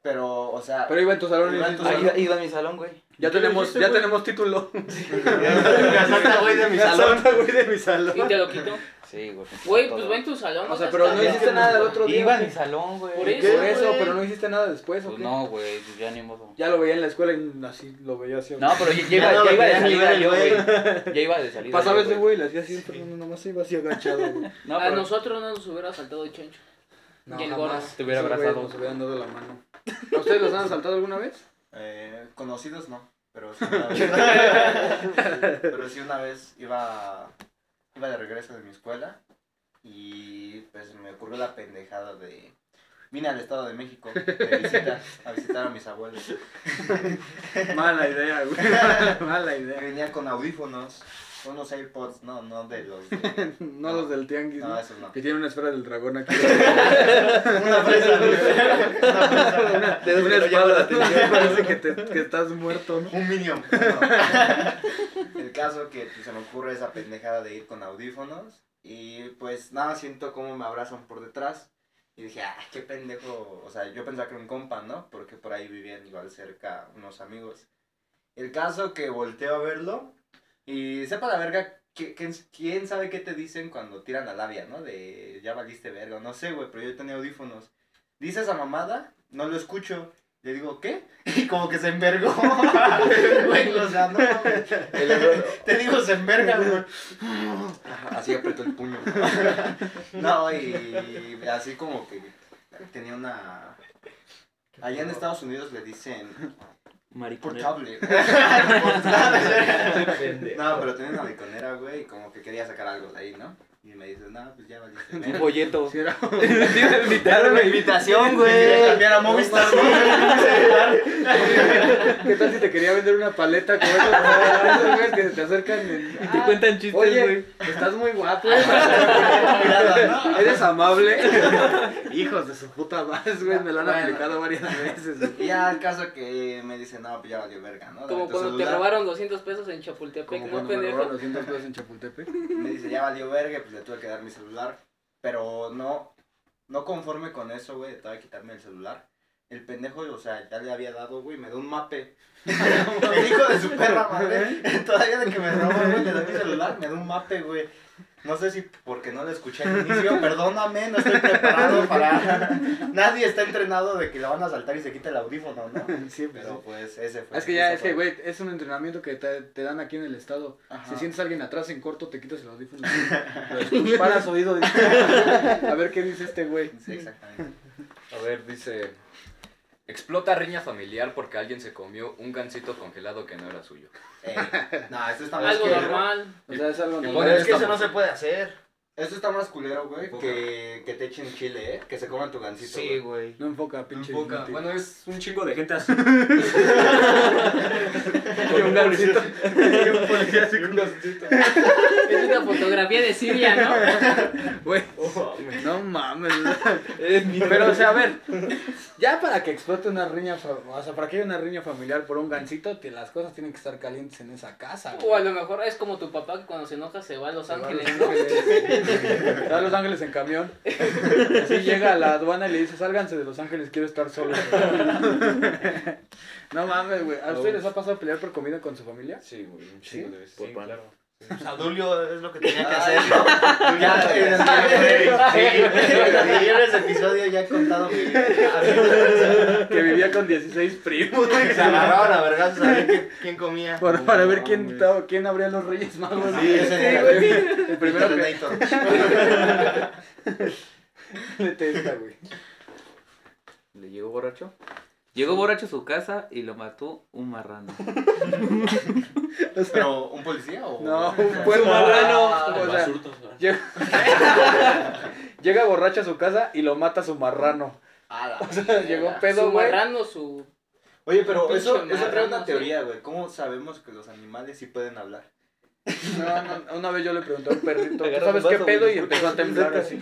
[SPEAKER 3] Pero, o sea.
[SPEAKER 2] Pero iba en tu salón y
[SPEAKER 3] Iba en tu
[SPEAKER 2] dices,
[SPEAKER 7] Ah,
[SPEAKER 3] salón.
[SPEAKER 7] iba, iba a mi salón, güey.
[SPEAKER 2] ya tenemos, ya tenemos título.
[SPEAKER 3] Me asalta, güey, de mi
[SPEAKER 2] Me
[SPEAKER 3] salón.
[SPEAKER 2] asalta, güey, de mi salón.
[SPEAKER 4] Y te lo quito.
[SPEAKER 7] Sí, güey.
[SPEAKER 4] Güey,
[SPEAKER 7] todo.
[SPEAKER 4] pues va en tu salón.
[SPEAKER 2] O sea,
[SPEAKER 4] te
[SPEAKER 2] pero no
[SPEAKER 4] escondas.
[SPEAKER 2] hiciste nada el otro día.
[SPEAKER 7] Iba a
[SPEAKER 2] ¿o
[SPEAKER 7] mi
[SPEAKER 2] qué?
[SPEAKER 7] salón, güey.
[SPEAKER 4] Por
[SPEAKER 2] Por
[SPEAKER 4] ¿Qué,
[SPEAKER 2] eso,
[SPEAKER 4] güey?
[SPEAKER 2] pero no hiciste nada después, ¿o
[SPEAKER 7] Pues
[SPEAKER 2] qué?
[SPEAKER 7] no, güey, pues ya ni modo.
[SPEAKER 2] Ya lo veía en la escuela y así lo veía así.
[SPEAKER 7] No, pero ya, ya
[SPEAKER 3] Ya
[SPEAKER 7] iba,
[SPEAKER 3] no
[SPEAKER 7] ya
[SPEAKER 3] lo
[SPEAKER 7] iba de
[SPEAKER 3] querías
[SPEAKER 7] salida
[SPEAKER 3] ni
[SPEAKER 7] yo,
[SPEAKER 3] ver,
[SPEAKER 7] güey. Ya iba de salida.
[SPEAKER 2] Pasaba
[SPEAKER 7] yo,
[SPEAKER 2] ese güey, le hacía así, pero no, nomás se iba así agachado, güey.
[SPEAKER 7] No,
[SPEAKER 4] A
[SPEAKER 7] pero-
[SPEAKER 4] nosotros no nos hubiera saltado el chencho.
[SPEAKER 2] No,
[SPEAKER 4] Y el
[SPEAKER 2] jamás.
[SPEAKER 4] gordo.
[SPEAKER 7] Te hubiera
[SPEAKER 2] Esos güeyes
[SPEAKER 7] abrazado.
[SPEAKER 2] Nos hubieran dado la mano. ¿A ustedes los han asaltado alguna vez?
[SPEAKER 3] Eh, conocidos no, pero sí una vez. pero sí una vez iba, iba de regreso de mi escuela y pues me ocurrió la pendejada de Vine al Estado de México de visita, a visitar a mis abuelos.
[SPEAKER 2] Mala idea, güey. Mala idea.
[SPEAKER 3] Venía con audífonos, unos AirPods, no, no de los. de-
[SPEAKER 2] No los del tianguis,
[SPEAKER 3] No,
[SPEAKER 2] ¿no?
[SPEAKER 3] esos no.
[SPEAKER 2] Que tiene una esfera del dragón aquí.
[SPEAKER 3] Una presa, güey. Una presa.
[SPEAKER 2] Te da una espada. Parece que, te- que estás muerto, ¿no?
[SPEAKER 3] Un minion. No. El caso que pues, se me ocurre esa pendejada de ir con audífonos y pues nada, siento como me abrazan por detrás y dije, ah, qué pendejo, o sea, yo pensaba que era un compa, ¿no? Porque por ahí vivían igual cerca unos amigos. El caso que volteo a verlo y sepa la verga, que- que- ¿quién sabe qué te dicen cuando tiran la labia, ¿no? De ya valiste verga, no sé, güey, pero yo tenía audífonos. Dice esa mamada, no lo escucho. Le digo, ¿qué? Y como que se envergó. Güey, o sea, no. mames. Te digo, se enverga, güey.
[SPEAKER 7] Así apretó el puño.
[SPEAKER 3] No, y así como que tenía una. Allá en Estados Unidos le dicen
[SPEAKER 6] Mariconero.
[SPEAKER 3] portable. no, pero tenía una liconera, güey, y como que quería sacar algo de ahí, ¿no? Y me dice, no, pues ya valiste.
[SPEAKER 7] Un
[SPEAKER 3] verga".
[SPEAKER 7] folleto.
[SPEAKER 2] Sí, era-
[SPEAKER 7] Invitaron una invitación,
[SPEAKER 3] Quería cambiar a Movistar, güey.
[SPEAKER 2] ¿Qué tal si te quería vender una paleta como esos, esos güeyes que se te acercan en- Ah,
[SPEAKER 6] Y te cuentan chistes,
[SPEAKER 2] Oye,
[SPEAKER 6] güey.
[SPEAKER 2] estás muy guapo.
[SPEAKER 3] Mirada, ¿no?
[SPEAKER 2] Eres amable. Hijos de su puta madre, güey. Me lo han
[SPEAKER 3] Bueno.
[SPEAKER 2] aplicado varias veces. güey.
[SPEAKER 3] Y ya el caso que me dice, no, pues ya valió verga, ¿no? Dame
[SPEAKER 4] Como
[SPEAKER 3] tu
[SPEAKER 4] cuando te
[SPEAKER 3] celular.
[SPEAKER 4] robaron 200 pesos en Chapultepec,
[SPEAKER 2] Como
[SPEAKER 4] ¿no,
[SPEAKER 2] cuando me robaron
[SPEAKER 4] pendejo?
[SPEAKER 2] los 200 pesos en Chapultepec.
[SPEAKER 3] me dice, ya valió verga, pues le tuve que dar mi celular. Pero no, no conforme con eso, güey, estaba quitarme el celular. El pendejo, o sea, ya le había dado, güey, me dio un mape. el hijo de su perra, madre. Todavía de que me robó, güey, le doy mi celular, me dio un mape, güey. No sé si porque no le escuché al inicio, perdóname, no estoy preparado para... Nadie está entrenado de que le van a saltar y se quita el audífono, ¿no?
[SPEAKER 2] Siempre.
[SPEAKER 3] Pero pues ese fue.
[SPEAKER 2] Es que ya,
[SPEAKER 3] ese
[SPEAKER 2] es que,
[SPEAKER 3] fue.
[SPEAKER 2] güey, es un entrenamiento que te, te dan aquí en el estado.
[SPEAKER 3] Ajá.
[SPEAKER 2] Si sientes a alguien atrás en corto, te quitas el audífono. Lo escuchas, Paras oído. y- A ver qué dice este güey.
[SPEAKER 3] Sí, exactamente.
[SPEAKER 5] A ver, dice. Explota riña familiar porque alguien se comió un gansito congelado que no era suyo.
[SPEAKER 3] Eh, no, esto está más
[SPEAKER 4] Algo
[SPEAKER 3] que-
[SPEAKER 4] normal.
[SPEAKER 2] O sea, es algo
[SPEAKER 5] Y
[SPEAKER 2] normal.
[SPEAKER 5] pones-
[SPEAKER 8] es que eso no se puede hacer.
[SPEAKER 3] Eso está más culero, güey, que, que te echen chile, ¿eh? Que se coman tu gancito, güey.
[SPEAKER 8] güey.
[SPEAKER 2] No enfoca, pinche. inútil.
[SPEAKER 10] Bueno, es un chingo de gente así.
[SPEAKER 4] Es una fotografía de Siria, ¿no?
[SPEAKER 2] Güey, no mames. Pero, o sea, a ver, ya para que explote una riña, fa- o sea, para que haya una riña familiar por un gancito, te- las cosas tienen que estar calientes en esa casa.
[SPEAKER 4] O a
[SPEAKER 2] güey.
[SPEAKER 4] lo mejor es como tu papá que cuando se enoja se va a Los
[SPEAKER 2] Se va a
[SPEAKER 4] Ángeles,
[SPEAKER 2] Los
[SPEAKER 4] ¿no?
[SPEAKER 2] Ángeles. Se va a Los Ángeles en camión. Así llega a la aduana y le dice, sálganse de Los Ángeles, quiero estar solo. No mames, güey. ¿A ustedes les ha pasado a pelear por comida con su familia?
[SPEAKER 5] Sí, güey, un
[SPEAKER 2] chingo
[SPEAKER 5] de veces.
[SPEAKER 10] sí, claro.
[SPEAKER 8] Pues Adulio es lo que tenía que
[SPEAKER 3] Ay,
[SPEAKER 8] hacer.
[SPEAKER 3] no. Ya, en el anterior- en el anterior episodio ya he contado mi...
[SPEAKER 2] Que vivía con 16 primos.
[SPEAKER 8] Se agarraban a vergas a ver quién- quién comía.
[SPEAKER 2] Por- para ver quién, estaba- quién abría los Reyes Magos.
[SPEAKER 3] Sí, ese era
[SPEAKER 2] güey.
[SPEAKER 3] el-
[SPEAKER 2] El primero que, Neta esta, güey.
[SPEAKER 7] ¿Le llegó borracho? Llegó borracho a su casa y lo mató un marrano.
[SPEAKER 2] O sea,
[SPEAKER 3] ¿Pero un policía o...?
[SPEAKER 2] no, un
[SPEAKER 6] Su
[SPEAKER 2] pueblo.
[SPEAKER 6] marrano.
[SPEAKER 2] O sea, llega, llega borracho a su casa y lo mata su marrano.
[SPEAKER 3] A Ah, la
[SPEAKER 2] O sea, llegó pedo,
[SPEAKER 4] Su
[SPEAKER 2] güey.
[SPEAKER 4] marrano, su...
[SPEAKER 3] Oye, pero eso,
[SPEAKER 4] Pinche
[SPEAKER 3] eso trae
[SPEAKER 4] marrano,
[SPEAKER 3] una teoría, güey. ¿Cómo sabemos que los animales sí pueden hablar?
[SPEAKER 2] No, no, una vez yo le pregunté a un perrito, ¿tú
[SPEAKER 7] Agarra
[SPEAKER 2] sabes
[SPEAKER 7] un
[SPEAKER 2] qué
[SPEAKER 7] vaso,
[SPEAKER 2] pedo?
[SPEAKER 7] güey,
[SPEAKER 2] Y empezó a temblar así.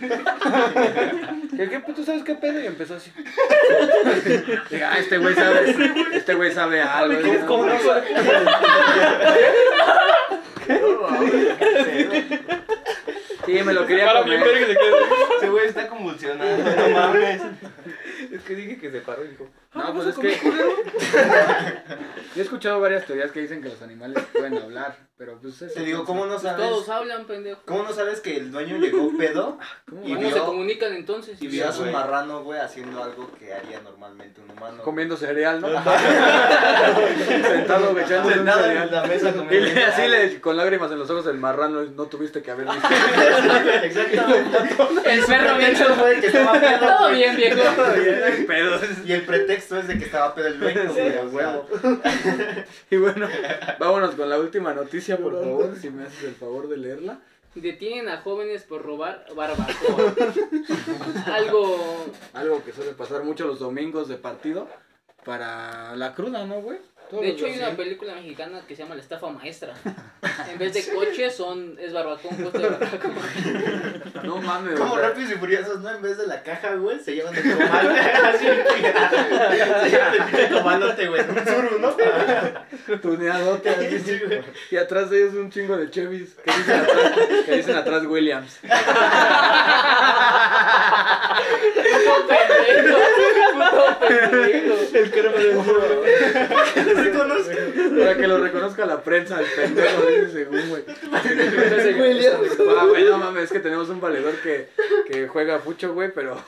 [SPEAKER 2] ¿Qué, qué, ¿Tú sabes qué pedo? Y empezó así. Dije, ah, este güey sabe, este güey sabe algo. ¿no? Sí, me lo quería comer.
[SPEAKER 8] Ese güey está convulsionando, no mames.
[SPEAKER 7] Es que dije que se paró y dijo.
[SPEAKER 2] No, pues es que. Yo he escuchado varias teorías que dicen que los animales pueden hablar, pero pues eso.
[SPEAKER 3] Te digo, ¿cómo no
[SPEAKER 4] Pues
[SPEAKER 3] sabes...?
[SPEAKER 4] todos hablan, pendejo.
[SPEAKER 3] ¿Cómo no sabes que el dueño llegó pedo
[SPEAKER 2] ¿Cómo
[SPEAKER 3] Y
[SPEAKER 2] va?
[SPEAKER 4] ¿Cómo se
[SPEAKER 3] vio-
[SPEAKER 4] comunican entonces?
[SPEAKER 3] y vio a su
[SPEAKER 8] güey.
[SPEAKER 3] marrano, güey, haciendo algo que haría normalmente un humano?
[SPEAKER 2] Comiendo cereal, ¿no? Sentado echando un
[SPEAKER 8] Sentado en
[SPEAKER 2] cereal.
[SPEAKER 8] la mesa
[SPEAKER 2] Y
[SPEAKER 8] comiendo.
[SPEAKER 2] le- así le, con lágrimas en los ojos el marrano, no tuviste que haber visto.
[SPEAKER 3] Exactamente.
[SPEAKER 4] El perro bien.
[SPEAKER 3] Eso fue que estaba pedo,
[SPEAKER 4] Todo
[SPEAKER 3] güey.
[SPEAKER 4] bien, viejo.
[SPEAKER 2] Pero-
[SPEAKER 3] Y el pretexto es de que estaba pedo el dueño, güey, a huevo.
[SPEAKER 2] Y bueno, vámonos con la última noticia, por favor, si me haces el favor de leerla.
[SPEAKER 4] Detienen a jóvenes por robar barbacoa. Algo.
[SPEAKER 2] Algo que suele pasar mucho los domingos de partido para la cruda, ¿no, güey? Todos
[SPEAKER 4] De
[SPEAKER 2] los
[SPEAKER 4] hecho, hay
[SPEAKER 2] días,
[SPEAKER 4] una
[SPEAKER 2] ¿sí?
[SPEAKER 4] película mexicana que se llama La estafa maestra. En vez de coches, son. Es barbacoa, un puesto de barbacoa.
[SPEAKER 2] No mames,
[SPEAKER 3] Como
[SPEAKER 2] güey.
[SPEAKER 3] rápidos y furiosos, ¿no? En vez de la caja, güey, se llevan el comal. Así, se llevan el pinche comalote, güey. Un suru, ¿no?
[SPEAKER 2] Tuneadote, así.
[SPEAKER 3] Sí, güey.
[SPEAKER 2] Y atrás de ellos un chingo de Chevys que dicen atrás, que dicen atrás Williams.
[SPEAKER 4] Puto pendejo. Puto pendejo.
[SPEAKER 2] Para que lo reconozca la prensa, el pendejo, dice según, güey.
[SPEAKER 4] Williams.
[SPEAKER 2] Ah, güey, no mames, es que tenemos un valedor que, que juega mucho, güey, pero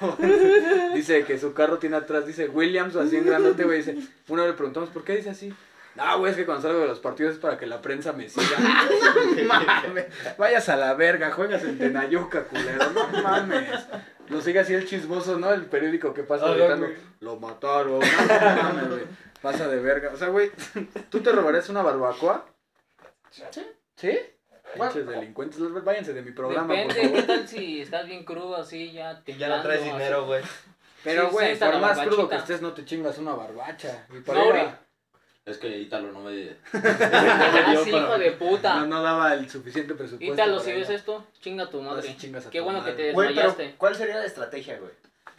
[SPEAKER 2] dice que su carro tiene atrás, dice Williams o así en grandote, güey. Dice, una vez le preguntamos, ¿por qué dice así? Ah, güey, es que cuando salgo de los partidos es para que la prensa me siga. No mames, vayas a la verga, juegas en Tenayuca, culero, no mames. Lo sigue así el chismoso, ¿no? El periódico que pasa gritando, lo mataron, no mames, güey. Pasa de verga. O sea, güey, ¿tú te robarías una barbacoa? Sí. ¿Sí? Pinches delincuentes, los- váyanse de mi programa, por
[SPEAKER 4] Depende,
[SPEAKER 2] favor.
[SPEAKER 4] ¿qué tal si estás bien crudo así? Ya te
[SPEAKER 8] Y ya no traes dinero, güey.
[SPEAKER 2] Pero,
[SPEAKER 4] Sí,
[SPEAKER 2] güey,
[SPEAKER 4] sí, está
[SPEAKER 2] por
[SPEAKER 4] la
[SPEAKER 2] más crudo que
[SPEAKER 4] barbachita.
[SPEAKER 2] estés, no te chingas una barbacha. Y por
[SPEAKER 4] No,
[SPEAKER 2] ahí
[SPEAKER 4] güey.
[SPEAKER 2] va.
[SPEAKER 1] Es que Ítalo no me.
[SPEAKER 4] Ah, sí,
[SPEAKER 1] para-
[SPEAKER 4] hijo de
[SPEAKER 2] no,
[SPEAKER 4] puta.
[SPEAKER 2] no daba el suficiente presupuesto.
[SPEAKER 4] Ítalo,
[SPEAKER 2] para
[SPEAKER 4] si
[SPEAKER 2] ir
[SPEAKER 4] ves
[SPEAKER 2] a-
[SPEAKER 4] esto, chinga tu madre.
[SPEAKER 2] Vas y chingas a
[SPEAKER 4] Qué
[SPEAKER 2] tu
[SPEAKER 4] bueno que te
[SPEAKER 2] madre.
[SPEAKER 3] Güey, pero
[SPEAKER 4] desmayaste.
[SPEAKER 3] ¿cuál sería la estrategia, güey?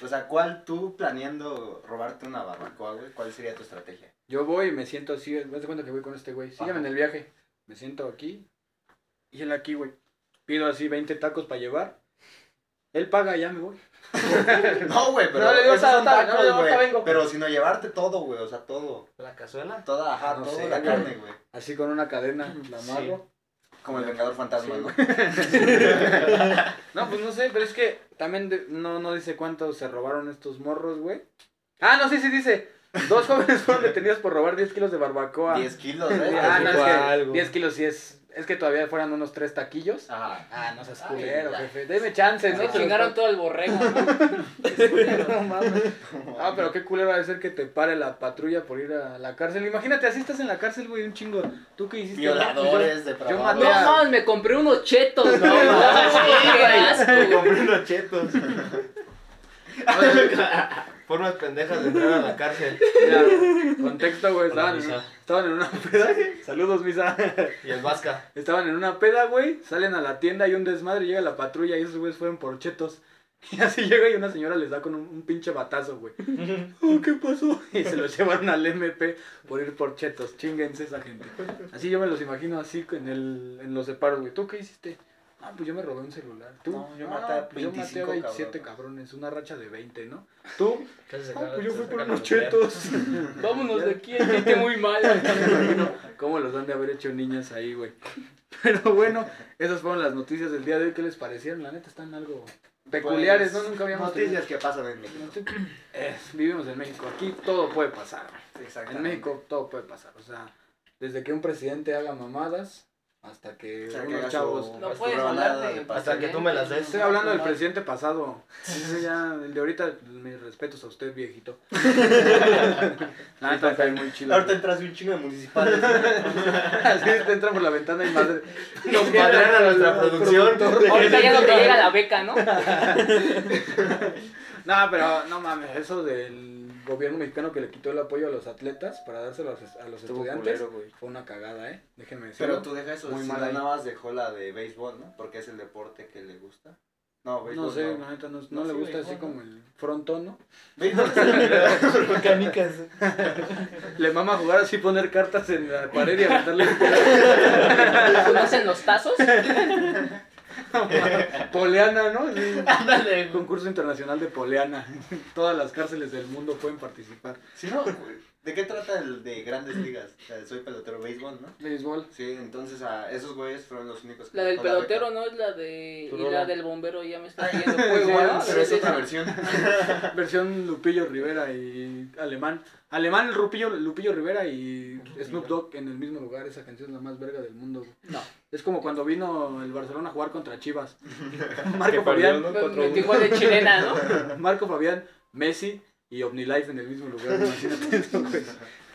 [SPEAKER 3] O sea, ¿cuál tú planeando robarte una barbacoa, güey? ¿Cuál sería tu estrategia?
[SPEAKER 2] Yo voy y me siento así, me das cuenta que voy con este güey. Sígueme en el viaje. Me siento aquí y él aquí, güey. Pido así 20 tacos para llevar. Él paga y ya me voy.
[SPEAKER 3] No, güey, pero.
[SPEAKER 2] No le digo
[SPEAKER 3] esos son
[SPEAKER 2] ahorita, no le
[SPEAKER 3] tacos,
[SPEAKER 2] digo ahorita
[SPEAKER 3] güey.
[SPEAKER 2] vengo.
[SPEAKER 3] Pero sino llevarte todo, güey. O sea, todo.
[SPEAKER 8] ¿La cazuela?
[SPEAKER 3] Toda, ajá,
[SPEAKER 2] No
[SPEAKER 3] toda
[SPEAKER 2] sé,
[SPEAKER 3] la
[SPEAKER 2] güey.
[SPEAKER 3] carne, güey.
[SPEAKER 2] Así con una cadena,
[SPEAKER 4] Mm,
[SPEAKER 2] la amarro.
[SPEAKER 3] Como el Vengador Fantasma,
[SPEAKER 2] Sí,
[SPEAKER 3] güey.
[SPEAKER 2] No, pues no sé, pero es que también de- no, no dice cuántos se robaron estos morros, güey. Ah, no, sí, sí dice. Dos jóvenes fueron detenidos por robar 10 kilos de barbacoa.
[SPEAKER 3] 10 kilos, ¿eh?
[SPEAKER 2] Ah, no, es que
[SPEAKER 5] Igual, güey.
[SPEAKER 2] 10 kilos sí es. Es que todavía fueran unos 3 taquillos.
[SPEAKER 3] Ajá.
[SPEAKER 2] Ah, no seas
[SPEAKER 3] Ay,
[SPEAKER 2] culero,
[SPEAKER 3] ya.
[SPEAKER 2] jefe. Deme chance, ¿no?
[SPEAKER 4] Se chingaron todo el borrego,
[SPEAKER 2] No
[SPEAKER 4] ¿no?
[SPEAKER 2] mames. Ah, pero qué culero va a ser que te pare la patrulla por ir a la cárcel. Imagínate, así estás en la cárcel, güey, un chingo. ¿Tú qué hiciste?
[SPEAKER 3] Violadores,
[SPEAKER 2] maté
[SPEAKER 4] No
[SPEAKER 3] depravados.
[SPEAKER 2] a-
[SPEAKER 4] mames, me compré unos chetos, no mames. Qué asco.
[SPEAKER 3] Compré unos chetos.
[SPEAKER 8] Formas pendejas de entrar a la cárcel.
[SPEAKER 2] Mira, contexto, güey.
[SPEAKER 1] Hola,
[SPEAKER 2] Estaban, en-
[SPEAKER 1] misa.
[SPEAKER 2] estaban en una peda. Saludos, misa.
[SPEAKER 8] Y el vasca.
[SPEAKER 2] Estaban en una peda, güey. Salen a la tienda y un desmadre. Llega la patrulla y esos güeyes fueron por chetos. Y así llega y una señora les da con un, un pinche batazo, güey. Oh, ¿Qué pasó? Y se los llevaron al MP por ir por chetos. Chinguense esa gente. Así yo me los imagino así en, el, en los separos, güey. ¿Tú qué hiciste? Ah, pues yo me robé un celular. ¿Tú?
[SPEAKER 3] No, yo
[SPEAKER 2] "Ah,
[SPEAKER 3] maté a
[SPEAKER 2] pues yo maté a
[SPEAKER 3] 25
[SPEAKER 2] 27 cabrones. Una racha de 20, ¿no? ¿Tú? Ah, pues yo fui por unos
[SPEAKER 8] los
[SPEAKER 2] chetos.
[SPEAKER 4] Vámonos de aquí, hay gente muy
[SPEAKER 2] Me
[SPEAKER 4] mala.
[SPEAKER 2] imagino cómo los han de haber hecho niñas ahí, güey. Pero bueno, esas fueron las noticias del día de hoy. ¿Qué les parecieron? La neta, están algo peculiares,
[SPEAKER 3] Pues,
[SPEAKER 2] ¿no? Nunca habíamos
[SPEAKER 3] Noticias que pasan en México.
[SPEAKER 2] tenido- noti- Eh, vivimos en México. Aquí todo puede pasar. En
[SPEAKER 3] Exactamente.
[SPEAKER 2] México todo puede pasar. O sea, desde que un presidente haga mamadas hasta que
[SPEAKER 3] O sea, que haga
[SPEAKER 2] unos
[SPEAKER 3] su-
[SPEAKER 2] chavos...
[SPEAKER 4] No
[SPEAKER 3] su
[SPEAKER 4] puedes
[SPEAKER 3] rebanada
[SPEAKER 4] hablar de-
[SPEAKER 3] de pastel.
[SPEAKER 8] Hasta que tú me las des.
[SPEAKER 2] Estoy hablando del presidente pasado. Ese ya, el de ahorita, mis respetos a usted, viejito. La neta, cae muy chido.
[SPEAKER 3] Ahorita entras un chingo de municipales.
[SPEAKER 2] Así te entran por la ventana y madre.
[SPEAKER 8] Nos madrean a nuestra producción.
[SPEAKER 4] Ahorita ya no te llega la beca, ¿no?
[SPEAKER 2] No, pero no mames, eso del gobierno mexicano que le quitó el apoyo a los atletas para dárselo a los, a los
[SPEAKER 7] Estuvo
[SPEAKER 2] estudiantes
[SPEAKER 7] culero, güey.
[SPEAKER 2] fue una cagada, ¿eh? Déjenme decirlo.
[SPEAKER 3] Pero tú deja eso.
[SPEAKER 2] Muy
[SPEAKER 3] si
[SPEAKER 2] mal
[SPEAKER 3] no
[SPEAKER 2] ahí.
[SPEAKER 3] nada más dejó la de béisbol, ¿no? Porque es el deporte que le gusta. No, béisbol.
[SPEAKER 2] No sé, la neta, no, no
[SPEAKER 3] No,
[SPEAKER 2] le
[SPEAKER 3] sí,
[SPEAKER 2] gusta
[SPEAKER 3] güey,
[SPEAKER 2] así
[SPEAKER 3] no.
[SPEAKER 2] como el frontón, ¿no?
[SPEAKER 3] Béisbol es el-
[SPEAKER 7] Canicas.
[SPEAKER 2] Le mama jugar así, poner cartas en la pared y aventarle
[SPEAKER 4] ¿Conocen los tazos?
[SPEAKER 2] poleana, ¿no? Sí.
[SPEAKER 3] Ándale, güey.
[SPEAKER 2] Concurso internacional de poleana. Todas las cárceles del mundo pueden participar.
[SPEAKER 3] Si no, güey, ¿de qué trata el de grandes ligas? O sea, soy pelotero béisbol, ¿no?
[SPEAKER 2] Béisbol.
[SPEAKER 3] Sí, entonces a esos güeyes fueron los únicos que
[SPEAKER 4] La del
[SPEAKER 3] dejó beca.
[SPEAKER 4] pelotero no es la de.
[SPEAKER 7] Tu
[SPEAKER 4] Y la
[SPEAKER 7] rola.
[SPEAKER 4] del bombero ya me está pidiendo
[SPEAKER 3] Sí,
[SPEAKER 4] fuego, ¿no?
[SPEAKER 3] pero es otra versión.
[SPEAKER 2] Versión Lupillo Rivera y Alemán. Alemán, Lupillo, Lupillo Rivera y Snoop Dogg en el mismo lugar. Esa canción es la más verga del mundo. güey.
[SPEAKER 4] No.
[SPEAKER 2] Es como cuando vino el Barcelona a jugar contra Chivas. Marco Fabián,
[SPEAKER 4] Metió igual de chilena, ¿no?
[SPEAKER 2] Marco Fabián, Messi y OmniLife en el mismo lugar. imagínate eso, güey.